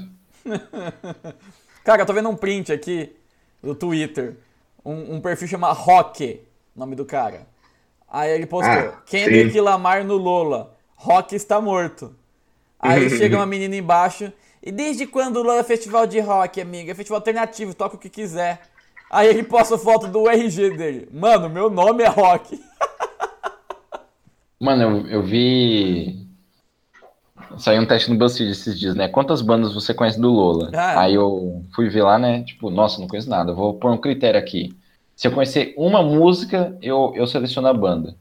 [SPEAKER 1] Cara, eu tô vendo um print aqui do Twitter. Um, um perfil chama Rock, nome do cara. Aí ele postou:
[SPEAKER 4] Ah,
[SPEAKER 1] Kendrick
[SPEAKER 4] sim.
[SPEAKER 1] Lamar no Lola. Rock está morto. Aí chega uma menina embaixo. E desde quando o Lola é festival de rock, amiga? É festival alternativo, toca o que quiser. Aí ele posta foto do RG dele. Mano, meu nome é Rock.
[SPEAKER 2] Mano, eu, eu vi. Saiu um teste no BuzzFeed esses dias, né? Quantas bandas você conhece do Lola?
[SPEAKER 1] Ah.
[SPEAKER 2] Aí eu fui ver lá, né? Tipo, nossa, não conheço nada. Vou pôr um critério aqui. Se eu conhecer uma música, eu, eu seleciono a banda.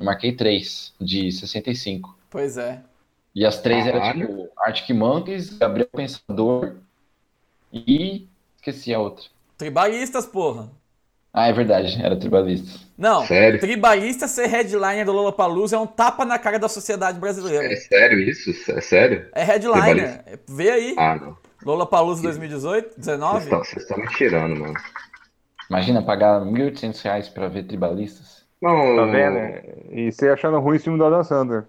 [SPEAKER 2] Eu marquei três, de 65.
[SPEAKER 1] Pois é.
[SPEAKER 2] E as três eram,
[SPEAKER 4] Caralho.
[SPEAKER 2] tipo, Arctic Monkeys, Gabriel Pensador e. Esqueci a outra.
[SPEAKER 1] Tribalistas, porra.
[SPEAKER 2] Ah, é verdade, era Tribalistas.
[SPEAKER 1] Não,
[SPEAKER 4] Sério?
[SPEAKER 1] tribalista ser headliner do Lollapalooza é um tapa na cara da sociedade brasileira.
[SPEAKER 4] É sério isso? É sério?
[SPEAKER 1] É headliner.
[SPEAKER 4] Tribalista.
[SPEAKER 1] Vê aí.
[SPEAKER 4] Ah, não.
[SPEAKER 1] Lola Palusa 2018,
[SPEAKER 4] Vocês
[SPEAKER 1] 19.
[SPEAKER 4] estão- Vocês estão me tirando, mano.
[SPEAKER 2] Imagina pagar 1.800 reais pra ver Tribalistas.
[SPEAKER 4] Não,
[SPEAKER 3] Tá vendo? né? E você achando ruim o filme do Adam Sandler.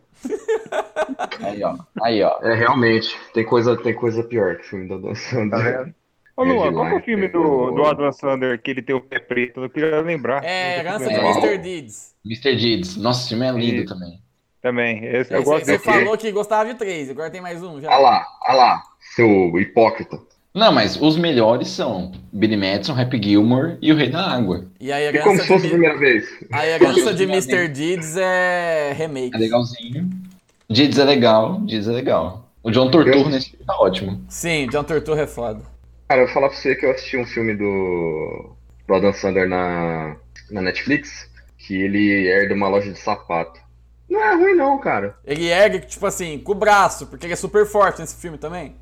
[SPEAKER 2] Aí, ó. Aí, ó.
[SPEAKER 4] É, realmente. Tem coisa, tem coisa pior que o filme da Dan
[SPEAKER 3] Tá
[SPEAKER 4] Sandler.
[SPEAKER 3] vendo? Ô, Luan, qual que é o filme do, do Adam Sandler que ele tem o pé preto? Eu queria lembrar.
[SPEAKER 1] É, herança de
[SPEAKER 2] É.
[SPEAKER 1] Mr. Deeds.
[SPEAKER 2] Mr. Deeds. Nossa, esse filme é lindo
[SPEAKER 3] E-
[SPEAKER 2] também.
[SPEAKER 3] Também. Esse eu gosto
[SPEAKER 1] Você
[SPEAKER 4] desse.
[SPEAKER 1] falou que gostava de três, agora tem mais um já.
[SPEAKER 4] Ah lá, ah lá, seu hipócrita.
[SPEAKER 2] Não, mas os melhores são Billy Madison, Happy Gilmore e O Rei da Água.
[SPEAKER 1] E a
[SPEAKER 4] E como
[SPEAKER 1] herança,
[SPEAKER 4] se
[SPEAKER 1] de,
[SPEAKER 4] fosse a
[SPEAKER 1] Mi-
[SPEAKER 4] primeira vez.
[SPEAKER 1] a herança de
[SPEAKER 2] Finalmente.
[SPEAKER 1] Mr. Deeds é remake.
[SPEAKER 2] É legalzinho. Deeds é legal, Deeds é legal. O John Torturro
[SPEAKER 4] Eu-
[SPEAKER 2] nesse filme tá ótimo.
[SPEAKER 1] Sim, John Torturro é foda.
[SPEAKER 4] Cara, eu vou falar pra você que eu assisti um filme do, do Adam Sandler na, na Netflix, que ele herda uma loja de sapato. Não é ruim não, cara.
[SPEAKER 1] Ele ergue, tipo assim, com o braço, porque ele é super forte nesse filme também.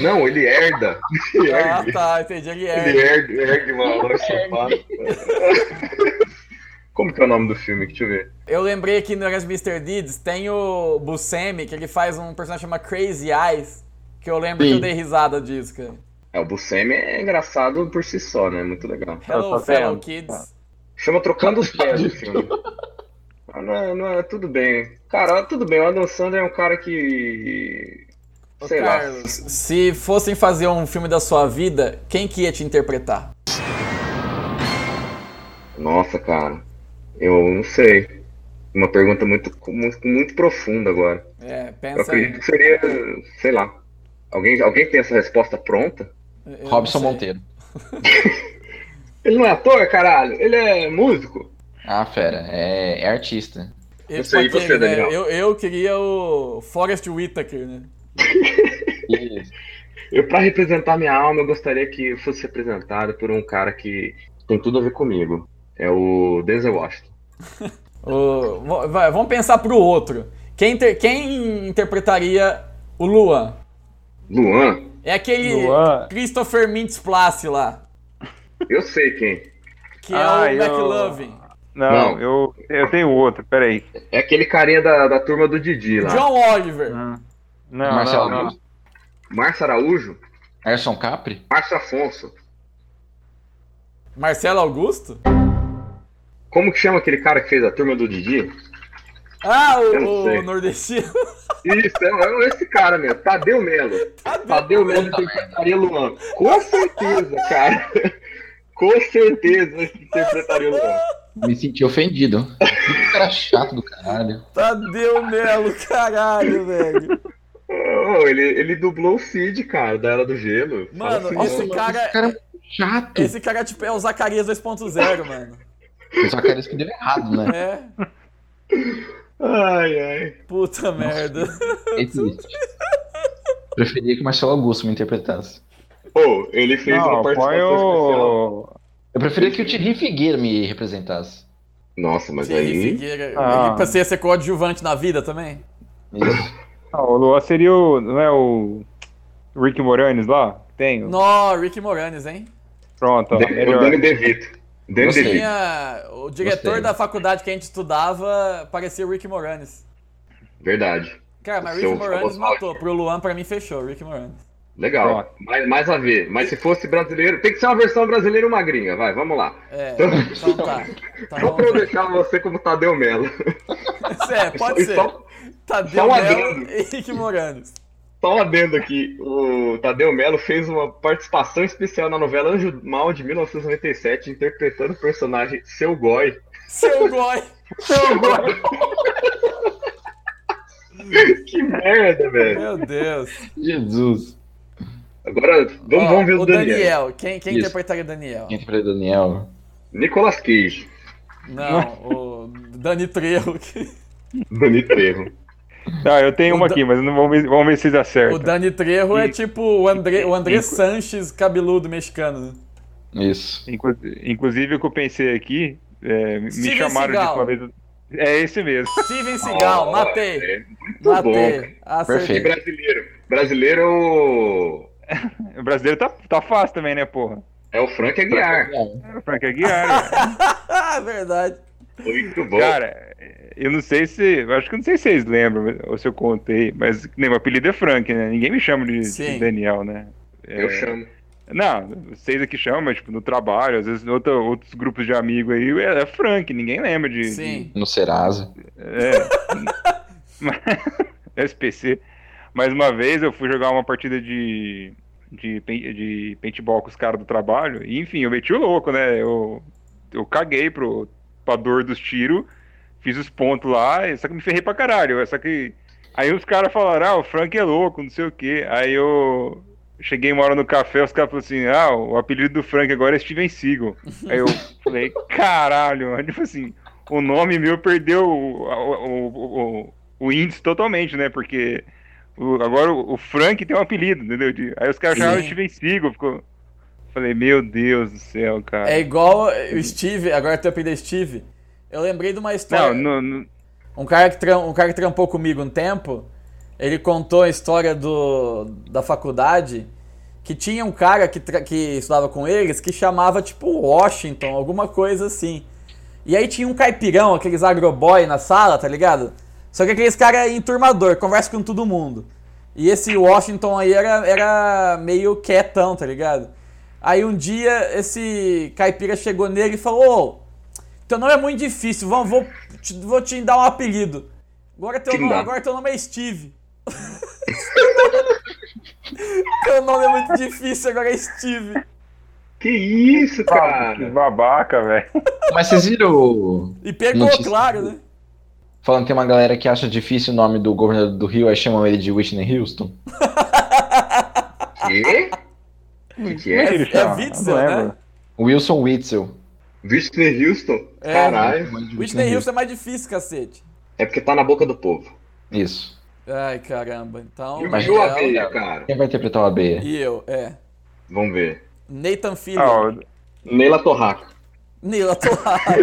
[SPEAKER 4] Não, ele herda. Ele
[SPEAKER 1] Ah,
[SPEAKER 4] herda,
[SPEAKER 1] tá, entendi. Ele
[SPEAKER 4] ele
[SPEAKER 1] ergue.
[SPEAKER 4] herda, herda uma loja de sapato. Como que é o nome do filme? Deixa eu ver.
[SPEAKER 1] Eu lembrei aqui no Herança de Mr. Deeds tem o Buscemi, que ele faz um personagem chamado Crazy Eyes, que eu lembro que eu
[SPEAKER 2] Sim.
[SPEAKER 1] dei risada disso, cara.
[SPEAKER 4] É, o Buscemi é engraçado por si só, né? Muito legal.
[SPEAKER 1] Hello,
[SPEAKER 3] tô
[SPEAKER 1] fellow
[SPEAKER 3] vendo.
[SPEAKER 1] kids.
[SPEAKER 4] Chama Trocando os Pés o filme. Ah, Não é, não é, tudo bem. Cara, tudo bem, o Adam Sandler é um cara que.
[SPEAKER 1] Ô,
[SPEAKER 4] Sei lá.
[SPEAKER 1] Carlos, se fossem fazer um filme da sua vida, quem que ia te interpretar?
[SPEAKER 4] Nossa, cara. Eu não sei. Uma pergunta muito, muito, muito profunda agora.
[SPEAKER 1] É,
[SPEAKER 4] Eu
[SPEAKER 1] pensa.
[SPEAKER 4] acredito que seria. Sei lá. Alguém, alguém tem essa resposta pronta?
[SPEAKER 1] eu não
[SPEAKER 2] Robson
[SPEAKER 1] sei.
[SPEAKER 2] Monteiro.
[SPEAKER 4] Ele não é ator, caralho. Ele é músico.
[SPEAKER 2] Ah, fera. É, é artista.
[SPEAKER 1] Eu,
[SPEAKER 4] sei, e
[SPEAKER 1] porque,
[SPEAKER 4] você,
[SPEAKER 1] né,
[SPEAKER 4] Daniel?
[SPEAKER 1] eu, eu queria o Forrest Whitaker, né?
[SPEAKER 2] E
[SPEAKER 4] Eu, pra representar minha alma, eu gostaria que fosse representado por um cara que tem tudo a ver comigo. É o Denzel Washington.
[SPEAKER 1] O- vo- vai, vamos pensar pro outro. Quem, inter- quem interpretaria o Luan?
[SPEAKER 4] Luan?
[SPEAKER 1] É aquele
[SPEAKER 3] Luan?
[SPEAKER 1] Christopher Mintz Place lá,
[SPEAKER 4] Eu sei quem.
[SPEAKER 1] que
[SPEAKER 3] Ah,
[SPEAKER 1] é o
[SPEAKER 3] eu-
[SPEAKER 1] McLovin.
[SPEAKER 3] Não,
[SPEAKER 4] Não.
[SPEAKER 3] Eu, eu tenho outro, peraí.
[SPEAKER 4] É aquele carinha da, da turma do Didi lá.
[SPEAKER 1] John Oliver.
[SPEAKER 3] Não,
[SPEAKER 2] Marcelo
[SPEAKER 3] não, não.
[SPEAKER 2] Augusto.
[SPEAKER 4] Márcio Araújo,
[SPEAKER 2] Erson Capri?
[SPEAKER 4] Márcio Afonso.
[SPEAKER 1] Marcelo Augusto?
[SPEAKER 4] Como que chama aquele cara que fez a turma do Didi?
[SPEAKER 1] Ah,
[SPEAKER 4] Eu não
[SPEAKER 1] o,
[SPEAKER 4] sei.
[SPEAKER 1] o nordestino.
[SPEAKER 4] Isso, é, é esse cara mesmo, Tadeu Melo. Tadeu Melo interpretaria Luan. Com certeza, cara. Com certeza interpretaria Luan.
[SPEAKER 2] Me senti ofendido. Que cara é chato do caralho.
[SPEAKER 1] Tadeu Melo, caralho, velho.
[SPEAKER 4] Oh, ele, ele dublou o Cid, cara, da Era do Gelo.
[SPEAKER 1] Mano,
[SPEAKER 4] Fala assim,
[SPEAKER 1] esse
[SPEAKER 4] mano.
[SPEAKER 1] cara,
[SPEAKER 2] Esse cara é muito chato.
[SPEAKER 1] esse cara tipo, é o Zacarias 2.0, mano.
[SPEAKER 2] Só que era isso que deu errado, né?
[SPEAKER 1] É,
[SPEAKER 4] Ai, ai.
[SPEAKER 1] puta merda.
[SPEAKER 2] É triste. Preferia que o Marcelo Augusto me interpretasse.
[SPEAKER 4] Pô, ele fez uma
[SPEAKER 3] Não, põe
[SPEAKER 4] participação especial.
[SPEAKER 3] o...
[SPEAKER 2] Eu preferia que o Thierry Figueira me representasse.
[SPEAKER 4] Nossa, mas
[SPEAKER 1] Thierry
[SPEAKER 4] aí...
[SPEAKER 1] Figueira.
[SPEAKER 3] Ah.
[SPEAKER 1] Ele pra ser, ser coadjuvante na vida também.
[SPEAKER 2] Isso.
[SPEAKER 3] Ah, o Luan seria o. Não é o. Rick Moranis lá? Tem. o-
[SPEAKER 1] Nó, Rick Moranis, hein?
[SPEAKER 3] Pronto, ó,
[SPEAKER 4] De- o Danny
[SPEAKER 3] melhor.
[SPEAKER 4] DeVito. Danny
[SPEAKER 2] Gostei.
[SPEAKER 4] DeVito.
[SPEAKER 1] Tinha o diretor
[SPEAKER 2] Gostei.
[SPEAKER 1] da faculdade que a gente estudava parecia o Rick Moranis.
[SPEAKER 4] Verdade.
[SPEAKER 1] Cara, mas
[SPEAKER 4] Seu
[SPEAKER 1] Rick Moranis
[SPEAKER 4] famoso áudio.
[SPEAKER 1] matou. Pro Luan, pra mim, fechou. Rick Moranis.
[SPEAKER 4] Legal. Mais, mais a ver. Mas se fosse brasileiro, tem que ser uma versão brasileira magrinha. Vai, vamos lá.
[SPEAKER 1] É,
[SPEAKER 4] Então-
[SPEAKER 1] então tá. Tá
[SPEAKER 4] Só pra eu
[SPEAKER 1] bom.
[SPEAKER 4] deixar você como Tadeu Melo.
[SPEAKER 1] É, pode
[SPEAKER 4] E
[SPEAKER 1] ser.
[SPEAKER 4] só-
[SPEAKER 1] Tadeu
[SPEAKER 4] só um
[SPEAKER 1] Melo
[SPEAKER 4] adendo.
[SPEAKER 1] e Rick Moranis.
[SPEAKER 4] Só um adendo aqui, o Tadeu Melo fez uma participação especial na novela Anjo Mal de 1997, interpretando o personagem Seu Goi.
[SPEAKER 1] Seu goi.
[SPEAKER 4] Seu Goi! que merda, velho.
[SPEAKER 1] Meu Deus.
[SPEAKER 2] Jesus.
[SPEAKER 4] Agora, vamos,
[SPEAKER 1] Ó,
[SPEAKER 4] vamos ver o,
[SPEAKER 1] o
[SPEAKER 4] Daniel.
[SPEAKER 1] Quem, quem
[SPEAKER 2] Isso.
[SPEAKER 1] interpretaria o Daniel?
[SPEAKER 2] Quem interpreta o Daniel?
[SPEAKER 4] Nicolas Cage,
[SPEAKER 1] Não, o Dani Trejo. que-
[SPEAKER 4] Dani Trevo.
[SPEAKER 3] Ah, eu tenho
[SPEAKER 1] O
[SPEAKER 3] uma
[SPEAKER 1] Dan-
[SPEAKER 3] aqui, mas não vamos ver, vamos ver se vocês
[SPEAKER 1] O
[SPEAKER 3] acertam.
[SPEAKER 1] Dani Trejo é
[SPEAKER 3] E-
[SPEAKER 1] tipo o André, o André
[SPEAKER 3] e-
[SPEAKER 1] Sanches cabeludo mexicano. né?
[SPEAKER 2] Isso.
[SPEAKER 3] Inclu- Inclusive, o que eu pensei aqui, é, me
[SPEAKER 1] Steven
[SPEAKER 3] chamaram
[SPEAKER 1] Seagal.
[SPEAKER 3] disso uma vez. É esse mesmo.
[SPEAKER 1] Steven Seagal,
[SPEAKER 4] Ó,
[SPEAKER 1] matei.
[SPEAKER 4] é muito bom.
[SPEAKER 1] Matei. Acertei.
[SPEAKER 4] E brasileiro? Brasileiro é o,
[SPEAKER 3] O brasileiro tá, tá fácil também, né, porra?
[SPEAKER 4] é o Frank Aguiar.
[SPEAKER 3] É o Frank Aguiar. velho.
[SPEAKER 1] Ah, verdade.
[SPEAKER 4] Muito bom.
[SPEAKER 3] Cara, eu não sei se. eu Acho que eu não sei se vocês lembram, ou se eu contei, mas nem, meu apelido é Frank, né? Ninguém me chama de, de
[SPEAKER 1] Sim.
[SPEAKER 3] Daniel, né?
[SPEAKER 4] eu
[SPEAKER 3] É,
[SPEAKER 4] chamo.
[SPEAKER 3] Não, vocês aqui chamam, mas, tipo, no trabalho, às vezes outra- outros grupos de amigo aí, é, é Frank, ninguém lembra de.
[SPEAKER 1] Sim.
[SPEAKER 2] No Serasa.
[SPEAKER 3] de SPC. Mas uma vez eu fui jogar uma partida de. De, pen- de paintball com os caras do trabalho, e enfim, eu meti o louco, né? Eu, eu caguei pro, pra dor dos tiros, fiz os pontos lá, e- só que me ferrei pra caralho. Só que. Aí os caras falaram, ah, o Frank é louco, não sei o quê. Aí eu cheguei uma hora no café, os caras falaram assim, ah, o apelido do Frank agora é Steven Seagal. Aí eu falei, caralho, mano. Tipo assim, o nome meu perdeu o, o, o, o- o índice totalmente, né? Porque o- agora o, o Frank tem um apelido, entendeu? De- aí os caras
[SPEAKER 1] Sim.
[SPEAKER 3] chamaram Steven Seagal, ficou. Falei, meu Deus do céu, cara.
[SPEAKER 1] É igual o Steve, agora teu apelido é Steve. Eu lembrei de uma história.
[SPEAKER 3] Não, não, não-
[SPEAKER 1] Um cara, que tram- um cara que trampou comigo um tempo, ele contou a história do, da faculdade, que tinha um cara que, tra- que estudava com eles, que chamava tipo Washington, alguma coisa assim. E aí tinha um caipirão, aqueles agroboy na sala, tá ligado? Só que aqueles cara é enturmador, conversa com todo mundo. E esse Washington aí era, era meio quietão, tá ligado? Aí um dia esse caipira chegou nele e falou, ô, teu nome é muito difícil, vamos, vou, te, vou te dar um apelido. Agora teu,
[SPEAKER 4] Te
[SPEAKER 1] nome,
[SPEAKER 4] dá.
[SPEAKER 1] agora teu nome é Steve. teu nome é muito difícil, agora é Steve.
[SPEAKER 4] Que isso,
[SPEAKER 3] que
[SPEAKER 4] cara?
[SPEAKER 3] babaca, velho.
[SPEAKER 2] Mas vocês viram. o-
[SPEAKER 1] E pegou,
[SPEAKER 2] Notícia.
[SPEAKER 1] claro, né?
[SPEAKER 2] Falando que tem uma galera que acha difícil o nome do governador do Rio, aí chamam ele de Whitney Houston.
[SPEAKER 3] Ah,
[SPEAKER 4] Quê? O que é?
[SPEAKER 3] Ele
[SPEAKER 1] É
[SPEAKER 3] chama,
[SPEAKER 1] Witzel,
[SPEAKER 3] Ah, não lembro.
[SPEAKER 1] né?
[SPEAKER 2] Wilson Witzel.
[SPEAKER 4] Whitney Houston?
[SPEAKER 1] É.
[SPEAKER 4] Caralho.
[SPEAKER 1] Whitney Houston é mais difícil, cacete.
[SPEAKER 4] É porque tá na boca do povo.
[SPEAKER 2] Isso.
[SPEAKER 1] Ai, caramba. Então,
[SPEAKER 4] E o
[SPEAKER 2] Mas
[SPEAKER 4] Gil
[SPEAKER 2] não,
[SPEAKER 4] Abelha,
[SPEAKER 2] não.
[SPEAKER 4] cara?
[SPEAKER 2] Quem vai interpretar o Abeia?
[SPEAKER 1] e eu, é.
[SPEAKER 4] Vamos ver.
[SPEAKER 1] Nathan Fillion.
[SPEAKER 3] Ah, o-
[SPEAKER 4] Neila Torraca.
[SPEAKER 1] Nila Torrado.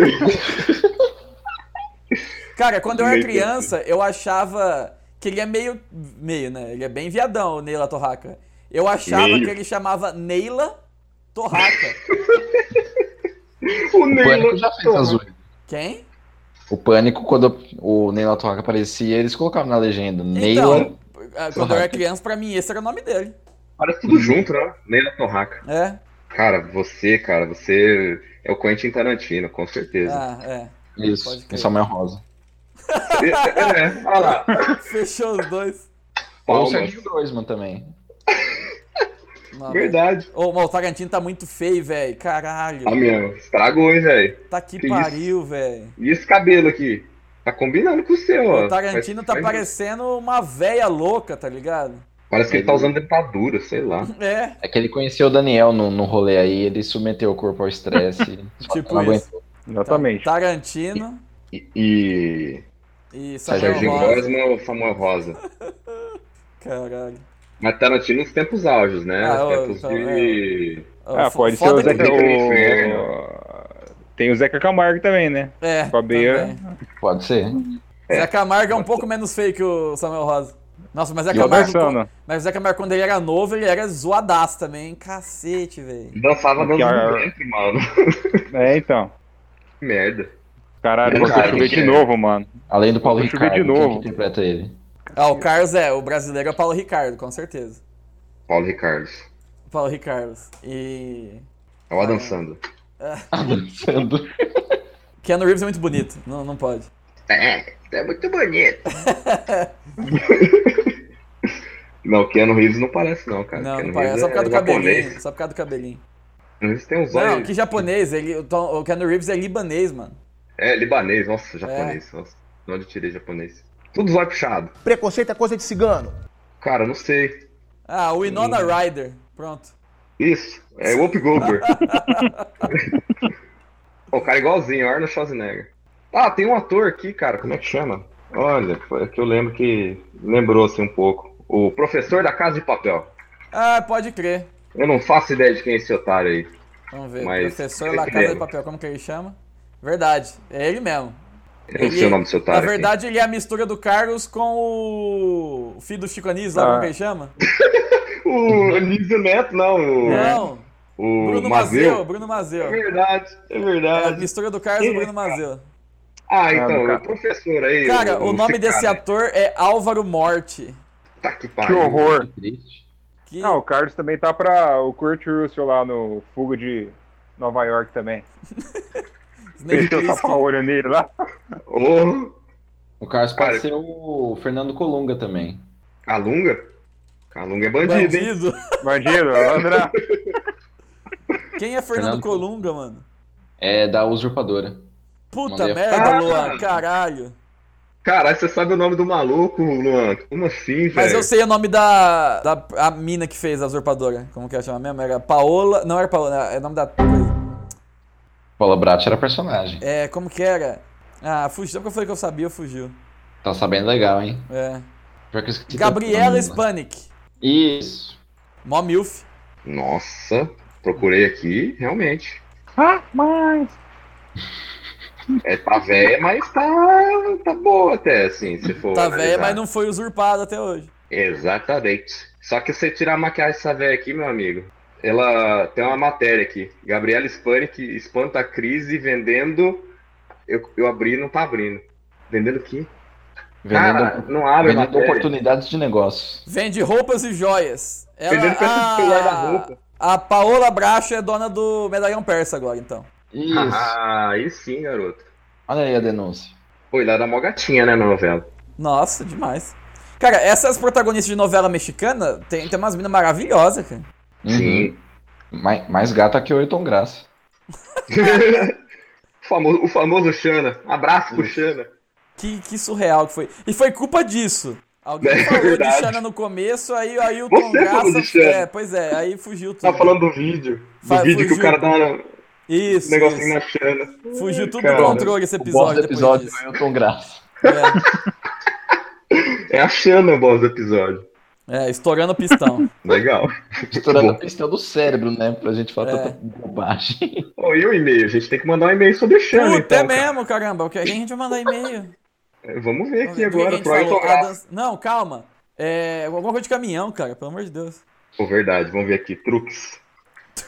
[SPEAKER 1] Cara, quando eu era criança, eu achava que ele é meio. meio, né? Ele é bem viadão, o Neila Torraca. Eu achava
[SPEAKER 4] Meio.
[SPEAKER 1] que ele chamava Neila Torraca.
[SPEAKER 4] O
[SPEAKER 2] O
[SPEAKER 4] Neila
[SPEAKER 2] Pânico já fez a zoeira.
[SPEAKER 1] Quem?
[SPEAKER 2] O Pânico, quando o Neila Torraca aparecia, eles colocavam na legenda. Neila.
[SPEAKER 1] Então, ah, quando eu era criança, pra mim esse era o nome dele.
[SPEAKER 4] Parece tudo junto, né? Neila Torraca.
[SPEAKER 1] É?
[SPEAKER 4] Cara, você, cara, você é o Quentin Tarantino, com certeza.
[SPEAKER 1] Ah, é. pode
[SPEAKER 2] Isso.
[SPEAKER 1] crer.
[SPEAKER 2] E Samuel Rosa.
[SPEAKER 4] É, é, é. olha lá.
[SPEAKER 1] Fechou os dois.
[SPEAKER 2] Ou o
[SPEAKER 4] Palmas.
[SPEAKER 2] Serginho Groisman também.
[SPEAKER 1] Não,
[SPEAKER 4] Verdade.
[SPEAKER 1] Ô, mas o Tarantino tá muito feio, velho. Caralho.
[SPEAKER 4] Ah, meu, estragou, hein, velho?
[SPEAKER 1] Tá que
[SPEAKER 4] que
[SPEAKER 1] pariu, velho.
[SPEAKER 4] E esse cabelo aqui? Tá combinando com o seu, ó.
[SPEAKER 1] O Tarantino tá
[SPEAKER 4] Parece-
[SPEAKER 1] parecendo uma véia louca, tá ligado?
[SPEAKER 4] Parece que ele tá usando dentadura, sei lá.
[SPEAKER 1] É.
[SPEAKER 2] É que ele conheceu o Daniel no, no rolê aí, ele submeteu o corpo ao estresse. Só que
[SPEAKER 1] Tipo
[SPEAKER 2] não
[SPEAKER 1] isso.
[SPEAKER 2] aguentou.
[SPEAKER 3] Exatamente.
[SPEAKER 1] Então, Tarantino
[SPEAKER 4] E, e...
[SPEAKER 1] e Samuel
[SPEAKER 2] Sérgio
[SPEAKER 4] Serginho
[SPEAKER 1] Rosa.
[SPEAKER 4] Grossman ou Samuel Rosa?
[SPEAKER 1] Caralho.
[SPEAKER 4] Mas Tarantino nos tempos áureos, né?
[SPEAKER 1] Ah,
[SPEAKER 4] Os
[SPEAKER 1] eu-
[SPEAKER 4] tempos
[SPEAKER 1] eu-
[SPEAKER 4] de.
[SPEAKER 3] Ah,
[SPEAKER 1] F-
[SPEAKER 3] pode ser
[SPEAKER 1] tá foda
[SPEAKER 3] o
[SPEAKER 1] que-
[SPEAKER 3] Zeca.
[SPEAKER 4] que-
[SPEAKER 3] O... Tem o Zeca Camargo também, né?
[SPEAKER 1] É,
[SPEAKER 3] Babeia.
[SPEAKER 1] também.
[SPEAKER 2] Pode ser.
[SPEAKER 1] Zé Camargo é um pouco menos feio que o Samuel Rosa. Nossa, mas é
[SPEAKER 2] E o
[SPEAKER 1] Camargo.
[SPEAKER 3] Massana?
[SPEAKER 1] Mas o Zé Camargo, quando ele era novo, ele era zoadaço também. hein? Cacete, velho.
[SPEAKER 4] Dançava
[SPEAKER 3] Aqui,
[SPEAKER 4] dando
[SPEAKER 3] ó.
[SPEAKER 4] dentro, mano.
[SPEAKER 3] É, então.
[SPEAKER 4] Merda.
[SPEAKER 3] Caralho,
[SPEAKER 4] Não,
[SPEAKER 3] você
[SPEAKER 4] cara,
[SPEAKER 3] chover
[SPEAKER 4] que
[SPEAKER 3] de
[SPEAKER 4] é.
[SPEAKER 3] novo, mano.
[SPEAKER 2] Além do Paulo
[SPEAKER 3] Vou subir
[SPEAKER 2] Ricardo,
[SPEAKER 3] de novo.
[SPEAKER 2] quem é que interpreta ele?
[SPEAKER 1] Ah, o Carlos é, o brasileiro é Paulo Ricardo, com certeza.
[SPEAKER 4] Paulo Ricardo.
[SPEAKER 1] Paulo Ricardo. E.
[SPEAKER 4] É o Adam Sandler.
[SPEAKER 2] Dançando.
[SPEAKER 1] Keanu Reeves é muito bonito, não, não pode.
[SPEAKER 4] É, é muito bonito. não, Keanu Reeves não parece, não, cara.
[SPEAKER 1] Não,
[SPEAKER 4] Keanu
[SPEAKER 1] não parece.
[SPEAKER 4] Reeves é
[SPEAKER 1] Só por causa do
[SPEAKER 4] japonês.
[SPEAKER 1] cabelinho. Só por causa do cabelinho.
[SPEAKER 4] Keanu Reeves tem uns
[SPEAKER 1] Não,
[SPEAKER 4] olhos.
[SPEAKER 1] que japonês, ele, o, Tom, o Keanu Reeves é libanês, mano.
[SPEAKER 4] É, libanês, nossa, japonês. Nossa, de onde eu tirei japonês? Tudo zóio puxado.
[SPEAKER 6] Preconceito é coisa de cigano.
[SPEAKER 4] Cara, não sei.
[SPEAKER 1] Ah, o Winona
[SPEAKER 4] Uhum.
[SPEAKER 1] Ryder. Pronto.
[SPEAKER 4] Isso, é o Whoopi Goldberg. o cara é igualzinho, Arnold Schwarzenegger. Ah, tem um ator aqui, cara, como é que chama? Olha, foi que eu lembro que lembrou assim um pouco. O professor da Casa de Papel.
[SPEAKER 1] Ah, pode crer.
[SPEAKER 4] Eu não faço ideia de quem é esse otário aí.
[SPEAKER 1] Vamos ver.
[SPEAKER 4] Mas-
[SPEAKER 1] Professor La
[SPEAKER 4] ele
[SPEAKER 1] Casa de
[SPEAKER 4] mesmo.
[SPEAKER 1] Papel, como que ele chama? Verdade, é ele mesmo.
[SPEAKER 4] Eu não sei o nome do seu
[SPEAKER 1] Na
[SPEAKER 4] otário. aqui.
[SPEAKER 1] verdade, ele é a mistura do Carlos com o, o filho do Chico Anísio, lá,
[SPEAKER 3] Ah.
[SPEAKER 1] como que ele chama?
[SPEAKER 4] O Anísio Neto, não. O,
[SPEAKER 1] Não,
[SPEAKER 4] o
[SPEAKER 1] Bruno Mazeu,
[SPEAKER 4] Mazeu.
[SPEAKER 1] Bruno
[SPEAKER 4] É
[SPEAKER 1] Mazeu.
[SPEAKER 4] verdade, é
[SPEAKER 1] É a
[SPEAKER 4] verdade.
[SPEAKER 1] mistura do Carlos e Bruno Mazeu.
[SPEAKER 4] Ah, então,
[SPEAKER 3] cara.
[SPEAKER 4] o professor aí.
[SPEAKER 1] É, Cara, o nome
[SPEAKER 4] esse
[SPEAKER 1] desse
[SPEAKER 4] cara.
[SPEAKER 1] ator é Álvaro Morte.
[SPEAKER 4] Tá
[SPEAKER 3] Que
[SPEAKER 4] que pariu.
[SPEAKER 3] horror.
[SPEAKER 2] Triste.
[SPEAKER 1] Que...
[SPEAKER 3] Não, o Carlos também tá pra o Kurt Russell lá no Fuga de Nova York também.
[SPEAKER 1] Snake
[SPEAKER 3] Deixa eu
[SPEAKER 1] Plissken.
[SPEAKER 3] tapar o olho nele lá.
[SPEAKER 4] Ô,
[SPEAKER 2] O Carlos pode
[SPEAKER 4] Cara,
[SPEAKER 2] ser o Fernando Colunga também.
[SPEAKER 4] Calunga? Calunga é bandido, hein?
[SPEAKER 1] Bandido.
[SPEAKER 3] Bandido, André.
[SPEAKER 1] Quem é Fernando
[SPEAKER 2] Fernando.
[SPEAKER 1] Colunga, mano?
[SPEAKER 2] É da usurpadora.
[SPEAKER 1] Puta
[SPEAKER 2] Mandei a-
[SPEAKER 1] merda,
[SPEAKER 4] Ah!
[SPEAKER 1] Luan, caralho.
[SPEAKER 4] Caralho, você sabe o nome do maluco, Luan? Como assim, velho?
[SPEAKER 1] Mas eu sei o nome da, da a mina que fez a usurpadora. Como que ela chama mesmo? Era Paola. Não era Paola, era- é o nome da coisa.
[SPEAKER 2] Paula Brat era personagem.
[SPEAKER 1] É, como que era? Ah, fugiu. Sempre que eu falei que eu sabia, fugiu.
[SPEAKER 2] Tá sabendo legal, hein?
[SPEAKER 1] É.
[SPEAKER 2] Pior que eu
[SPEAKER 4] Tipo,
[SPEAKER 2] esqueci
[SPEAKER 1] Gabriela
[SPEAKER 4] hum.
[SPEAKER 2] todo mundo.
[SPEAKER 1] Spanik.
[SPEAKER 2] Isso.
[SPEAKER 1] Mó milf.
[SPEAKER 4] Nossa, procurei aqui, realmente.
[SPEAKER 3] Ah, mas.
[SPEAKER 4] É, tá velha, mas tá, tá boa até, assim, se for.
[SPEAKER 1] Tá velha,
[SPEAKER 4] analisar.
[SPEAKER 1] mas não foi usurpada até hoje.
[SPEAKER 4] Exatamente. Só que você tirar a maquiagem dessa véia aqui, meu amigo. Ela tem uma matéria aqui. Gabriela Spanik espanta a crise vendendo. Eu, eu abri e não tá abrindo. Vendendo o quê? Cara,
[SPEAKER 2] Vendendo,
[SPEAKER 4] não abre a
[SPEAKER 2] vendendo
[SPEAKER 4] matéria.
[SPEAKER 2] oportunidades de negócios.
[SPEAKER 1] Vende roupas e joias. Ela, ah,
[SPEAKER 4] Vendendo peça de celular da roupa.
[SPEAKER 1] a, a Paola Bracho é dona do medalhão persa agora, então.
[SPEAKER 2] Isso.
[SPEAKER 4] Ah, aí sim, garoto.
[SPEAKER 2] Olha aí a denúncia.
[SPEAKER 4] Pô, ele era mó gatinha, né, na novela?
[SPEAKER 1] Nossa, demais. Cara, essas protagonistas de novela mexicana tem, tem umas minas maravilhosas, cara.
[SPEAKER 2] Uhum. Mais, mais gata que o Ayrton Graça.
[SPEAKER 4] o, famoso, o famoso Xana. Abraço pro Xana.
[SPEAKER 1] Que, que surreal que foi. E foi culpa disso. Alguém
[SPEAKER 4] É
[SPEAKER 1] falou
[SPEAKER 4] verdade.
[SPEAKER 1] de Xana no começo, aí, aí o Tom
[SPEAKER 4] Você falou de
[SPEAKER 1] Graça.
[SPEAKER 4] Xana.
[SPEAKER 1] É, pois é, aí fugiu tudo.
[SPEAKER 4] Tá falando do vídeo. Do
[SPEAKER 1] Vai,
[SPEAKER 4] vídeo que
[SPEAKER 1] fugiu.
[SPEAKER 4] o cara dá um
[SPEAKER 1] Isso.
[SPEAKER 4] negocinho né?
[SPEAKER 1] isso.
[SPEAKER 4] na Xana.
[SPEAKER 1] Fugiu tudo
[SPEAKER 4] Cara,
[SPEAKER 1] do controle esse
[SPEAKER 2] o boss do
[SPEAKER 1] episódio depois
[SPEAKER 2] episódio
[SPEAKER 1] disso.
[SPEAKER 2] foi o Ayrton Graça.
[SPEAKER 4] É a Xana a voz do episódio.
[SPEAKER 1] É, é, estourando o pistão.
[SPEAKER 4] Legal.
[SPEAKER 2] Estourando
[SPEAKER 4] Bom.
[SPEAKER 2] a pistão do cérebro, né? Pra gente falar
[SPEAKER 1] É.
[SPEAKER 2] tanta bobagem.
[SPEAKER 4] Ô, e o e-mail? A gente tem que mandar um e-mail sobre Xana,
[SPEAKER 1] Puta, é
[SPEAKER 4] então. cara.
[SPEAKER 1] mesmo, caramba. O que- Quem a gente vai mandar e-mail?
[SPEAKER 4] É, Vamos ver aqui
[SPEAKER 1] Quem a
[SPEAKER 4] agora.
[SPEAKER 1] gente
[SPEAKER 4] Pro Ayrton
[SPEAKER 1] falou?
[SPEAKER 4] Graça.
[SPEAKER 1] Adams- Não, calma. É, alguma coisa de caminhão, cara, pelo amor de Deus.
[SPEAKER 4] Pô, verdade, vamos ver aqui. Truques.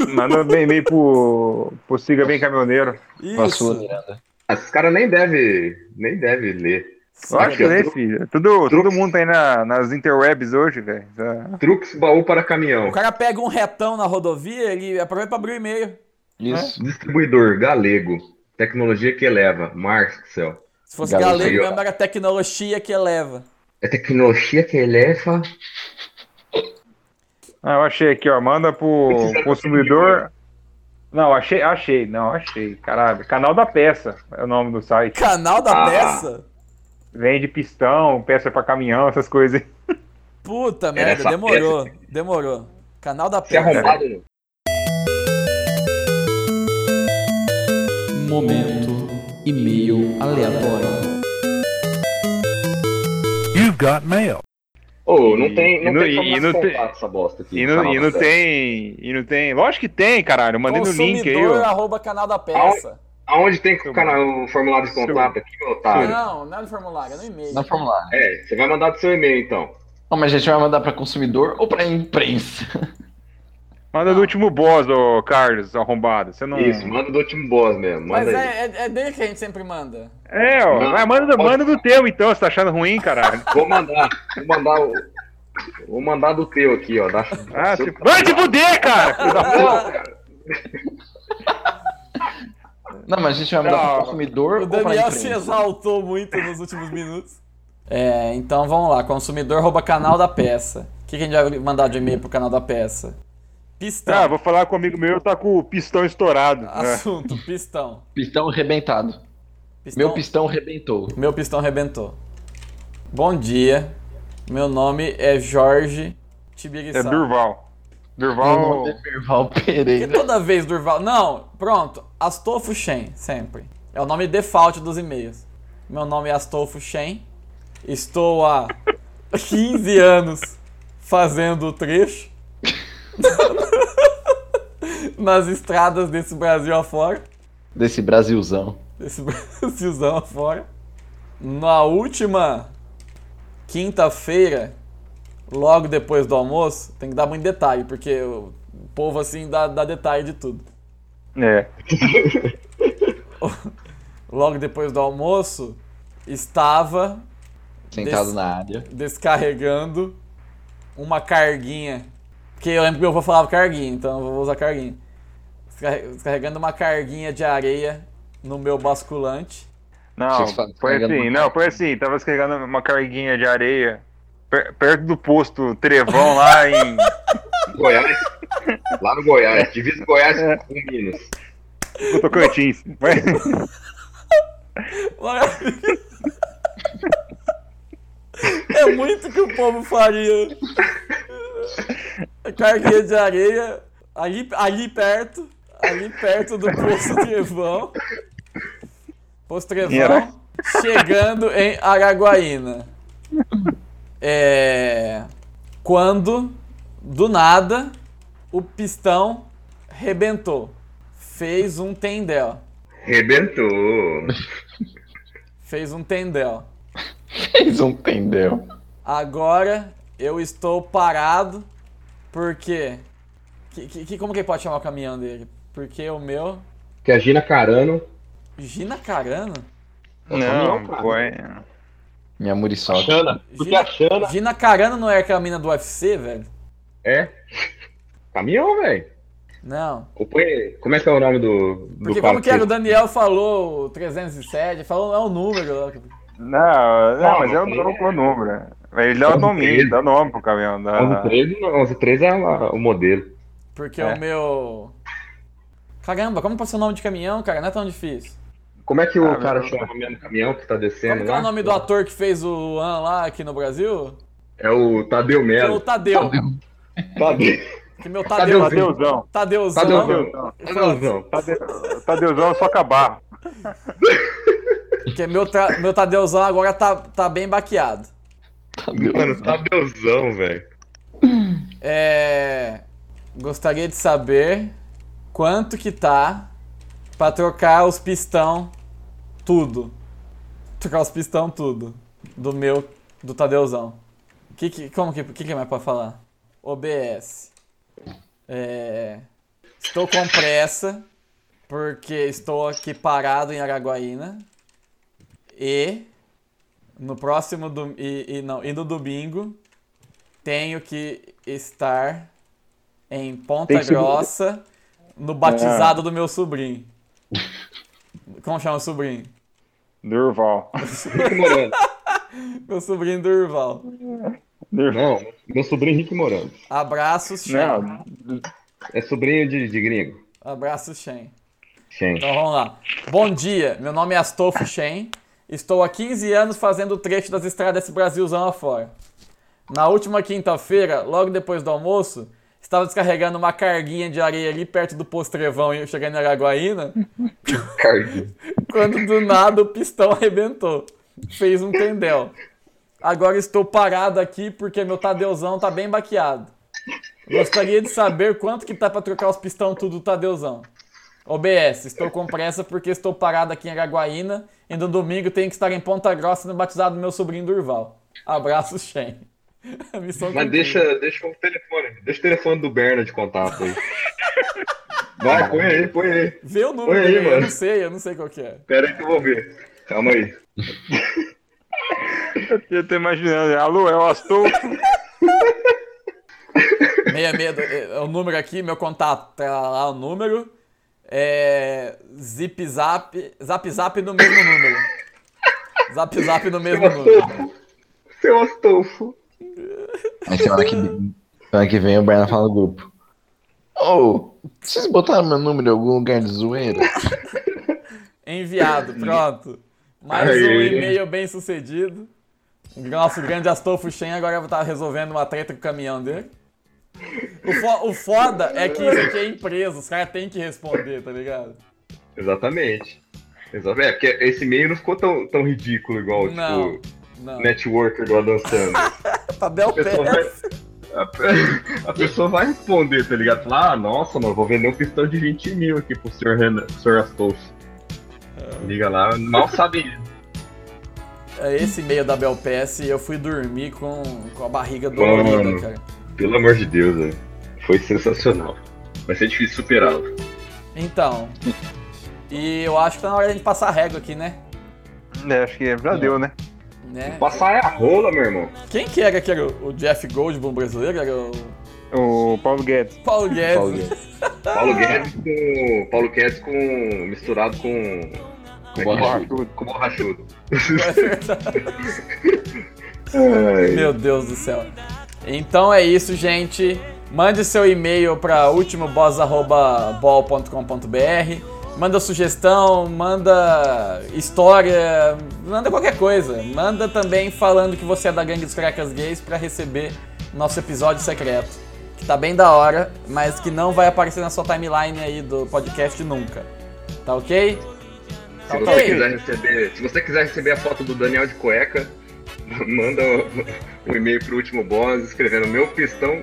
[SPEAKER 3] Manda bem meio pro, pro Siga Bem Caminhoneiro.
[SPEAKER 2] Passou,
[SPEAKER 1] Isso.
[SPEAKER 2] Miranda.
[SPEAKER 4] Ah, Esses caras nem devem nem deve ler.
[SPEAKER 3] Lógico, né, filho? Tudo, todo
[SPEAKER 4] Truques.
[SPEAKER 3] mundo tá aí na- nas interwebs hoje, velho. Já-
[SPEAKER 4] Truques baú para caminhão.
[SPEAKER 1] O cara pega um retão na rodovia, ele aproveita pra abrir o e-mail.
[SPEAKER 2] Isso.
[SPEAKER 4] Distribuidor galego. Tecnologia que eleva. Marcel.
[SPEAKER 1] Se fosse
[SPEAKER 2] Galego.
[SPEAKER 1] galego mesmo, era tecnologia que eleva.
[SPEAKER 4] É tecnologia que eleva.
[SPEAKER 3] Ah, eu achei aqui, ó. Manda pro
[SPEAKER 4] Precisa
[SPEAKER 3] consumidor. Não, achei, achei, não, achei. Caralho. Canal da Peça é o nome do site.
[SPEAKER 1] Canal da
[SPEAKER 4] Ah.
[SPEAKER 1] peça?
[SPEAKER 3] Vende pistão, peça pra caminhão, essas coisas. aí.
[SPEAKER 1] Puta
[SPEAKER 4] Era
[SPEAKER 1] merda,
[SPEAKER 4] essa
[SPEAKER 1] demorou. Demorou. Canal da
[SPEAKER 4] Se
[SPEAKER 1] peça.
[SPEAKER 4] arrombado. não.
[SPEAKER 1] Momento e-mail aleatório.
[SPEAKER 4] Ô, não tem, não
[SPEAKER 3] E no-
[SPEAKER 4] tem como
[SPEAKER 3] e
[SPEAKER 4] nós
[SPEAKER 3] não tem-
[SPEAKER 4] contar essa bosta aqui.
[SPEAKER 3] E
[SPEAKER 4] essa
[SPEAKER 3] não, e
[SPEAKER 4] nossa
[SPEAKER 3] não
[SPEAKER 4] série.
[SPEAKER 3] tem. E não tem. Lógico que tem, caralho. Eu mandei no link aí,
[SPEAKER 1] Consumidor
[SPEAKER 3] ó.
[SPEAKER 1] arroba canal da peça.
[SPEAKER 4] Aonde tem que o canal, o formulário de
[SPEAKER 3] Seu-
[SPEAKER 4] contato aqui, tá? otário?
[SPEAKER 1] Não, não é no formulário, é no e-mail.
[SPEAKER 2] Na formulário.
[SPEAKER 4] É, você vai mandar do seu e-mail então.
[SPEAKER 2] Bom, mas a gente vai mandar pra consumidor ou pra imprensa?
[SPEAKER 3] Manda do último boss, ô Carlos, arrombado. Você não.
[SPEAKER 4] Isso, manda do último boss mesmo.
[SPEAKER 1] Mas
[SPEAKER 4] Manda aí.
[SPEAKER 1] é, é- é dele que a gente sempre manda.
[SPEAKER 3] É, ó.
[SPEAKER 4] Não.
[SPEAKER 3] vai, manda, do- manda do teu então, você tá achando ruim, caralho.
[SPEAKER 4] Vou mandar. Vou mandar o. Vou mandar do teu aqui, ó. Da...
[SPEAKER 3] Ah,
[SPEAKER 4] seu-
[SPEAKER 3] se... Vai te fuder, cara! filho da puta.
[SPEAKER 4] Não, cara.
[SPEAKER 2] Não, mas a gente vai mandar
[SPEAKER 3] Não.
[SPEAKER 2] pra consumidor
[SPEAKER 1] O
[SPEAKER 2] ou pra
[SPEAKER 1] Daniel se
[SPEAKER 2] imprensa?
[SPEAKER 1] exaltou muito nos últimos minutos. É, então vamos lá. Consumidor rouba canal da peça. O que, que a gente vai mandar de e-mail pro canal da peça? Pistão.
[SPEAKER 3] Ah, vou falar com um amigo meu, tá com o pistão estourado. É.
[SPEAKER 1] Assunto, pistão.
[SPEAKER 2] Pistão arrebentado.
[SPEAKER 1] Pistão-
[SPEAKER 2] Meu pistão rebentou.
[SPEAKER 1] Meu pistão arrebentou. Bom dia. Meu nome é Jorge
[SPEAKER 3] É
[SPEAKER 1] Tibiriçal.
[SPEAKER 3] Durval. né?
[SPEAKER 2] Meu
[SPEAKER 3] Durval.
[SPEAKER 2] nome é Merval
[SPEAKER 1] E
[SPEAKER 2] Pereira.
[SPEAKER 1] toda vez Durval. Não, pronto. Astolfo Shen, sempre. É o nome default dos e-mails. Meu nome é Astolfo Shen. Estou há 15 anos fazendo o trecho nas estradas desse Brasil afora.
[SPEAKER 2] Desse Brasilzão.
[SPEAKER 1] Desse Brasilzão afora. Na última quinta-feira, logo depois do almoço, tem que dar muito detalhe, porque o povo assim dá- dá detalhe de tudo.
[SPEAKER 3] É.
[SPEAKER 1] logo depois do almoço, estava
[SPEAKER 2] Sentado
[SPEAKER 1] Desse-
[SPEAKER 2] na área.
[SPEAKER 1] descarregando uma carguinha. Porque eu lembro que meu avô falava carguinha, então eu vou usar carguinha. Descarre- Descarregando uma carguinha de areia no meu basculante.
[SPEAKER 3] Não,
[SPEAKER 2] Vocês falam,
[SPEAKER 3] foi
[SPEAKER 2] carregando
[SPEAKER 3] assim,
[SPEAKER 2] uma-
[SPEAKER 3] não, foi assim, tava descarregando uma carguinha de areia per- perto do posto Trevão lá em.
[SPEAKER 4] Goiás. Lá no Goiás. Divisa Goiás com Minas.
[SPEAKER 3] Tocantins. Mas-
[SPEAKER 1] Maravilha. É muito que o povo faria. Carguinha de areia, ali, ali perto, ali perto do Poço Trevão. Poço
[SPEAKER 3] Era.
[SPEAKER 1] Trevão, chegando em Araguaína. É... Quando, do nada, o pistão rebentou. Fez um tendel.
[SPEAKER 4] Rebentou.
[SPEAKER 1] Fez um tendel.
[SPEAKER 2] Eles não entendeu.
[SPEAKER 1] Agora eu estou parado porque. Que, que- que- como que ele pode chamar o caminhão dele? Porque o meu.
[SPEAKER 4] Que a Gina Carano.
[SPEAKER 1] Gina Carano?
[SPEAKER 3] Não,
[SPEAKER 4] cara.
[SPEAKER 3] foi.
[SPEAKER 2] Minha muriçoca.
[SPEAKER 4] Xana. Porque a Xana.
[SPEAKER 1] Gina Carano não é aquela mina do UFC, velho?
[SPEAKER 4] É. Caminhão, velho.
[SPEAKER 1] Não.
[SPEAKER 4] Põe- Como é que é o nome do. do
[SPEAKER 1] Porque
[SPEAKER 4] cara
[SPEAKER 1] como que era? O Daniel falou o 307, falou é um número. lá.
[SPEAKER 3] Não, não,
[SPEAKER 4] Não,
[SPEAKER 3] mas é o
[SPEAKER 4] não
[SPEAKER 3] nome,
[SPEAKER 4] tem.
[SPEAKER 3] o número. Ele dá o
[SPEAKER 4] Não
[SPEAKER 3] nome,
[SPEAKER 4] tem.
[SPEAKER 3] dá nome pro caminhão. Dá...
[SPEAKER 4] 1113 não, 1113 é a- o modelo.
[SPEAKER 1] Porque
[SPEAKER 3] É.
[SPEAKER 1] o meu. Caramba, como pode ser o nome de caminhão, cara? Não é tão difícil.
[SPEAKER 4] Como é que o
[SPEAKER 3] Ah,
[SPEAKER 4] cara
[SPEAKER 3] meu.
[SPEAKER 4] chama mesmo o caminhão que tá descendo
[SPEAKER 1] Como que é
[SPEAKER 4] lá?
[SPEAKER 1] o nome do ator que fez o An lá aqui no Brasil?
[SPEAKER 4] É o Tadeu
[SPEAKER 1] Que é o
[SPEAKER 4] Melo.
[SPEAKER 1] Tadeu.
[SPEAKER 4] Tadeu.
[SPEAKER 1] Que meu Tadeu.
[SPEAKER 3] Tadeuzão.
[SPEAKER 1] Tadeuzão.
[SPEAKER 4] Tadeuzão. Tadeuzão.
[SPEAKER 3] Tadeu- Tadeuzão só acabar.
[SPEAKER 1] Porque meu, tra- meu Tadeuzão agora tá, tá bem baqueado.
[SPEAKER 4] Mano, Tadeuzão, velho.
[SPEAKER 1] É. Gostaria de saber quanto que tá pra trocar os pistão tudo. Trocar os pistão tudo. Do meu, do Tadeuzão. Que, que, como que, que, que é mais pra falar? OBS. É. Estou com pressa, porque estou aqui parado em Araguaína. E no próximo dom... e, e não, e no domingo tenho que estar em Ponta
[SPEAKER 3] Tem que se-
[SPEAKER 1] Grossa no batizado do meu sobrinho. Como chama o sobrinho?
[SPEAKER 3] Durval.
[SPEAKER 4] Rick Morando.
[SPEAKER 1] Meu sobrinho Durval.
[SPEAKER 3] Durval.
[SPEAKER 4] Não, meu sobrinho Rick Morando.
[SPEAKER 1] Abraços, Shen.
[SPEAKER 3] Não,
[SPEAKER 4] É sobrinho de, de gringo.
[SPEAKER 1] Abraços, Shen.
[SPEAKER 4] Gente.
[SPEAKER 1] Então vamos lá. Bom dia, meu nome é Astolfo Shen. Estou há 15 anos fazendo o trecho das estradas desse Brasilzão afora. Na última quinta-feira, logo depois do almoço, estava descarregando uma carguinha de areia ali perto do Postrevão e eu chegando em Araguaína,
[SPEAKER 3] Ah,
[SPEAKER 4] Cardi.
[SPEAKER 1] quando do nada o pistão arrebentou. Fez um tendel. Agora estou parado aqui porque meu Tadeuzão tá bem baqueado. Gostaria de saber quanto que tá pra trocar os pistão tudo do Tadeuzão. OBS, estou com pressa porque estou parado aqui em Araguaína e no domingo tenho que estar em Ponta Grossa no batizado do meu sobrinho Durval. Abraço, Shen. um A missão
[SPEAKER 4] Mas
[SPEAKER 1] cumprida.
[SPEAKER 4] deixa, deixa o telefone, deixa o telefone do Berna de contato aí.
[SPEAKER 3] Tá
[SPEAKER 4] Vai, põe aí, põe aí.
[SPEAKER 1] Vê o número
[SPEAKER 4] Põe aí,
[SPEAKER 1] dele, eu
[SPEAKER 4] mano.
[SPEAKER 1] não sei, eu não sei qual que é.
[SPEAKER 4] Pera aí que eu vou ver. Calma aí.
[SPEAKER 3] Eu tô imaginando, alô, é o Astor.
[SPEAKER 1] 66 é é o número aqui, meu contato, tá lá o número. É. Zip zap. Zap zap no mesmo número. Zap zap no mesmo número.
[SPEAKER 4] Seu Astolfo.
[SPEAKER 2] Aí semana que, semana que vem o Brian fala no grupo. Ô, vocês botaram meu número em algum lugar de zoeira?
[SPEAKER 1] Enviado, pronto. Mais um
[SPEAKER 4] Aê.
[SPEAKER 1] e-mail bem sucedido. O Nosso grande Astolfo Shen agora tá resolvendo uma treta com o caminhão dele. O, fo- o foda é que isso aqui é empresa, os caras têm que responder, tá ligado?
[SPEAKER 4] Exatamente. Exatamente. É, porque esse e-mail não ficou tão, tão ridículo igual,
[SPEAKER 1] Não,
[SPEAKER 4] tipo,
[SPEAKER 1] não. Tá
[SPEAKER 4] o networker do Adam Sandler.
[SPEAKER 1] Tabel
[SPEAKER 4] A pessoa
[SPEAKER 1] Pérez.
[SPEAKER 4] vai, a pe- a, pessoa vai responder, tá ligado? Falar, ah, nossa, mano, vou vender um pistão de 20 mil aqui pro senhor, Renan, pro senhor Astolfo. Liga lá, mal sabe
[SPEAKER 1] É, Esse e-mail da Bel PS eu fui dormir com, com a barriga
[SPEAKER 4] Mano.
[SPEAKER 1] dolorida, cara.
[SPEAKER 4] Pelo amor de Deus, velho. Foi sensacional. Vai ser difícil superá-lo.
[SPEAKER 1] Então. E eu acho que tá na hora da gente passar a régua aqui, né?
[SPEAKER 3] É, acho que já deu, né?
[SPEAKER 1] né?
[SPEAKER 4] Passar é a rola, meu irmão.
[SPEAKER 1] Quem que era que era o o Jeff Goldblum brasileiro? Era o
[SPEAKER 3] O Paulo Guedes.
[SPEAKER 1] Paulo Guedes.
[SPEAKER 2] Paulo Guedes.
[SPEAKER 4] Paulo Guedes com. Paulo Guedes com. misturado com.
[SPEAKER 2] Com borrachudo.
[SPEAKER 4] Com borrachudo.
[SPEAKER 1] É verdade. Meu Deus do céu. Então é isso, gente. Mande seu e-mail para ultimoboss.bol.com.br. Manda sugestão, manda história, manda qualquer coisa. Manda também falando que você é da gangue dos cracas gays para receber nosso episódio secreto. Que tá bem da hora, mas que não vai aparecer na sua timeline aí do podcast nunca. Tá ok? Tá
[SPEAKER 4] Se você quiser receber. Se você quiser receber a foto do Daniel de cueca, manda o, o e-mail pro último boss escrevendo meu pistão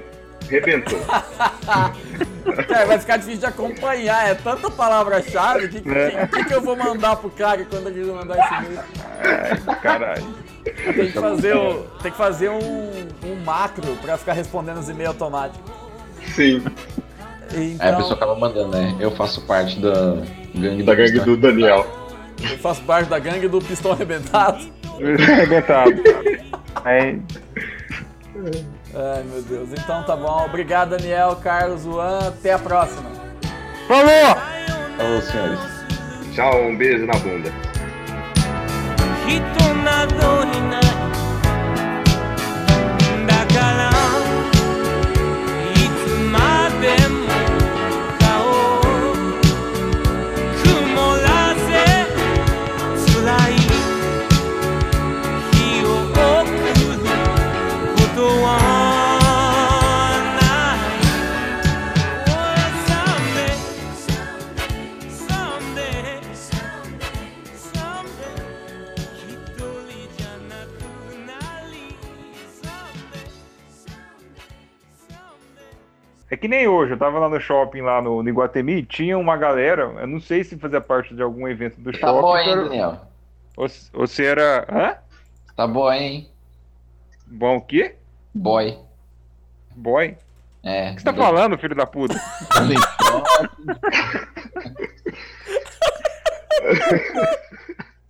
[SPEAKER 4] rebentou.
[SPEAKER 1] Cara, vai ficar difícil de acompanhar, é tanta palavra-chave que, que, que, que eu vou mandar pro cara quando ele mandar esse e-mail?
[SPEAKER 3] Caralho.
[SPEAKER 1] Tem que fazer, o, tem que fazer um, um macro pra ficar respondendo os e-mails automáticos.
[SPEAKER 4] Sim,
[SPEAKER 1] Então,
[SPEAKER 2] Aí a pessoa acaba mandando, né? Eu faço parte da gangue
[SPEAKER 4] da gangue
[SPEAKER 2] Pistão.
[SPEAKER 4] do Daniel.
[SPEAKER 1] eu faço parte da gangue do Pistão Arrebentado.
[SPEAKER 3] Arrebentado. Aí,
[SPEAKER 1] Ai, meu Deus. Então tá bom. Obrigado, Daniel, Carlos, Juan. Até a próxima.
[SPEAKER 3] falou!
[SPEAKER 2] Falou, senhores.
[SPEAKER 4] Tchau, um beijo na bunda.
[SPEAKER 7] 人などにないだからいつまでも顔を曇らせつらい日を送ることはない「Someday, someday, someday」「ひとりじゃなくなり」「Someday, someday, someday」
[SPEAKER 3] É que nem hoje, eu tava lá no shopping, lá no, no Iguatemi, tinha uma galera, eu não sei se fazia parte de algum evento do
[SPEAKER 2] Tá
[SPEAKER 3] shopping,
[SPEAKER 2] bom,
[SPEAKER 3] cara,
[SPEAKER 2] hein, Daniel?
[SPEAKER 3] ou, se- ou se era... Hã?
[SPEAKER 2] Tá bom, hein?
[SPEAKER 3] Bom o quê?
[SPEAKER 2] Boy.
[SPEAKER 3] Boy? O
[SPEAKER 2] É.
[SPEAKER 3] que você tá falando, filho da puta?
[SPEAKER 2] falando?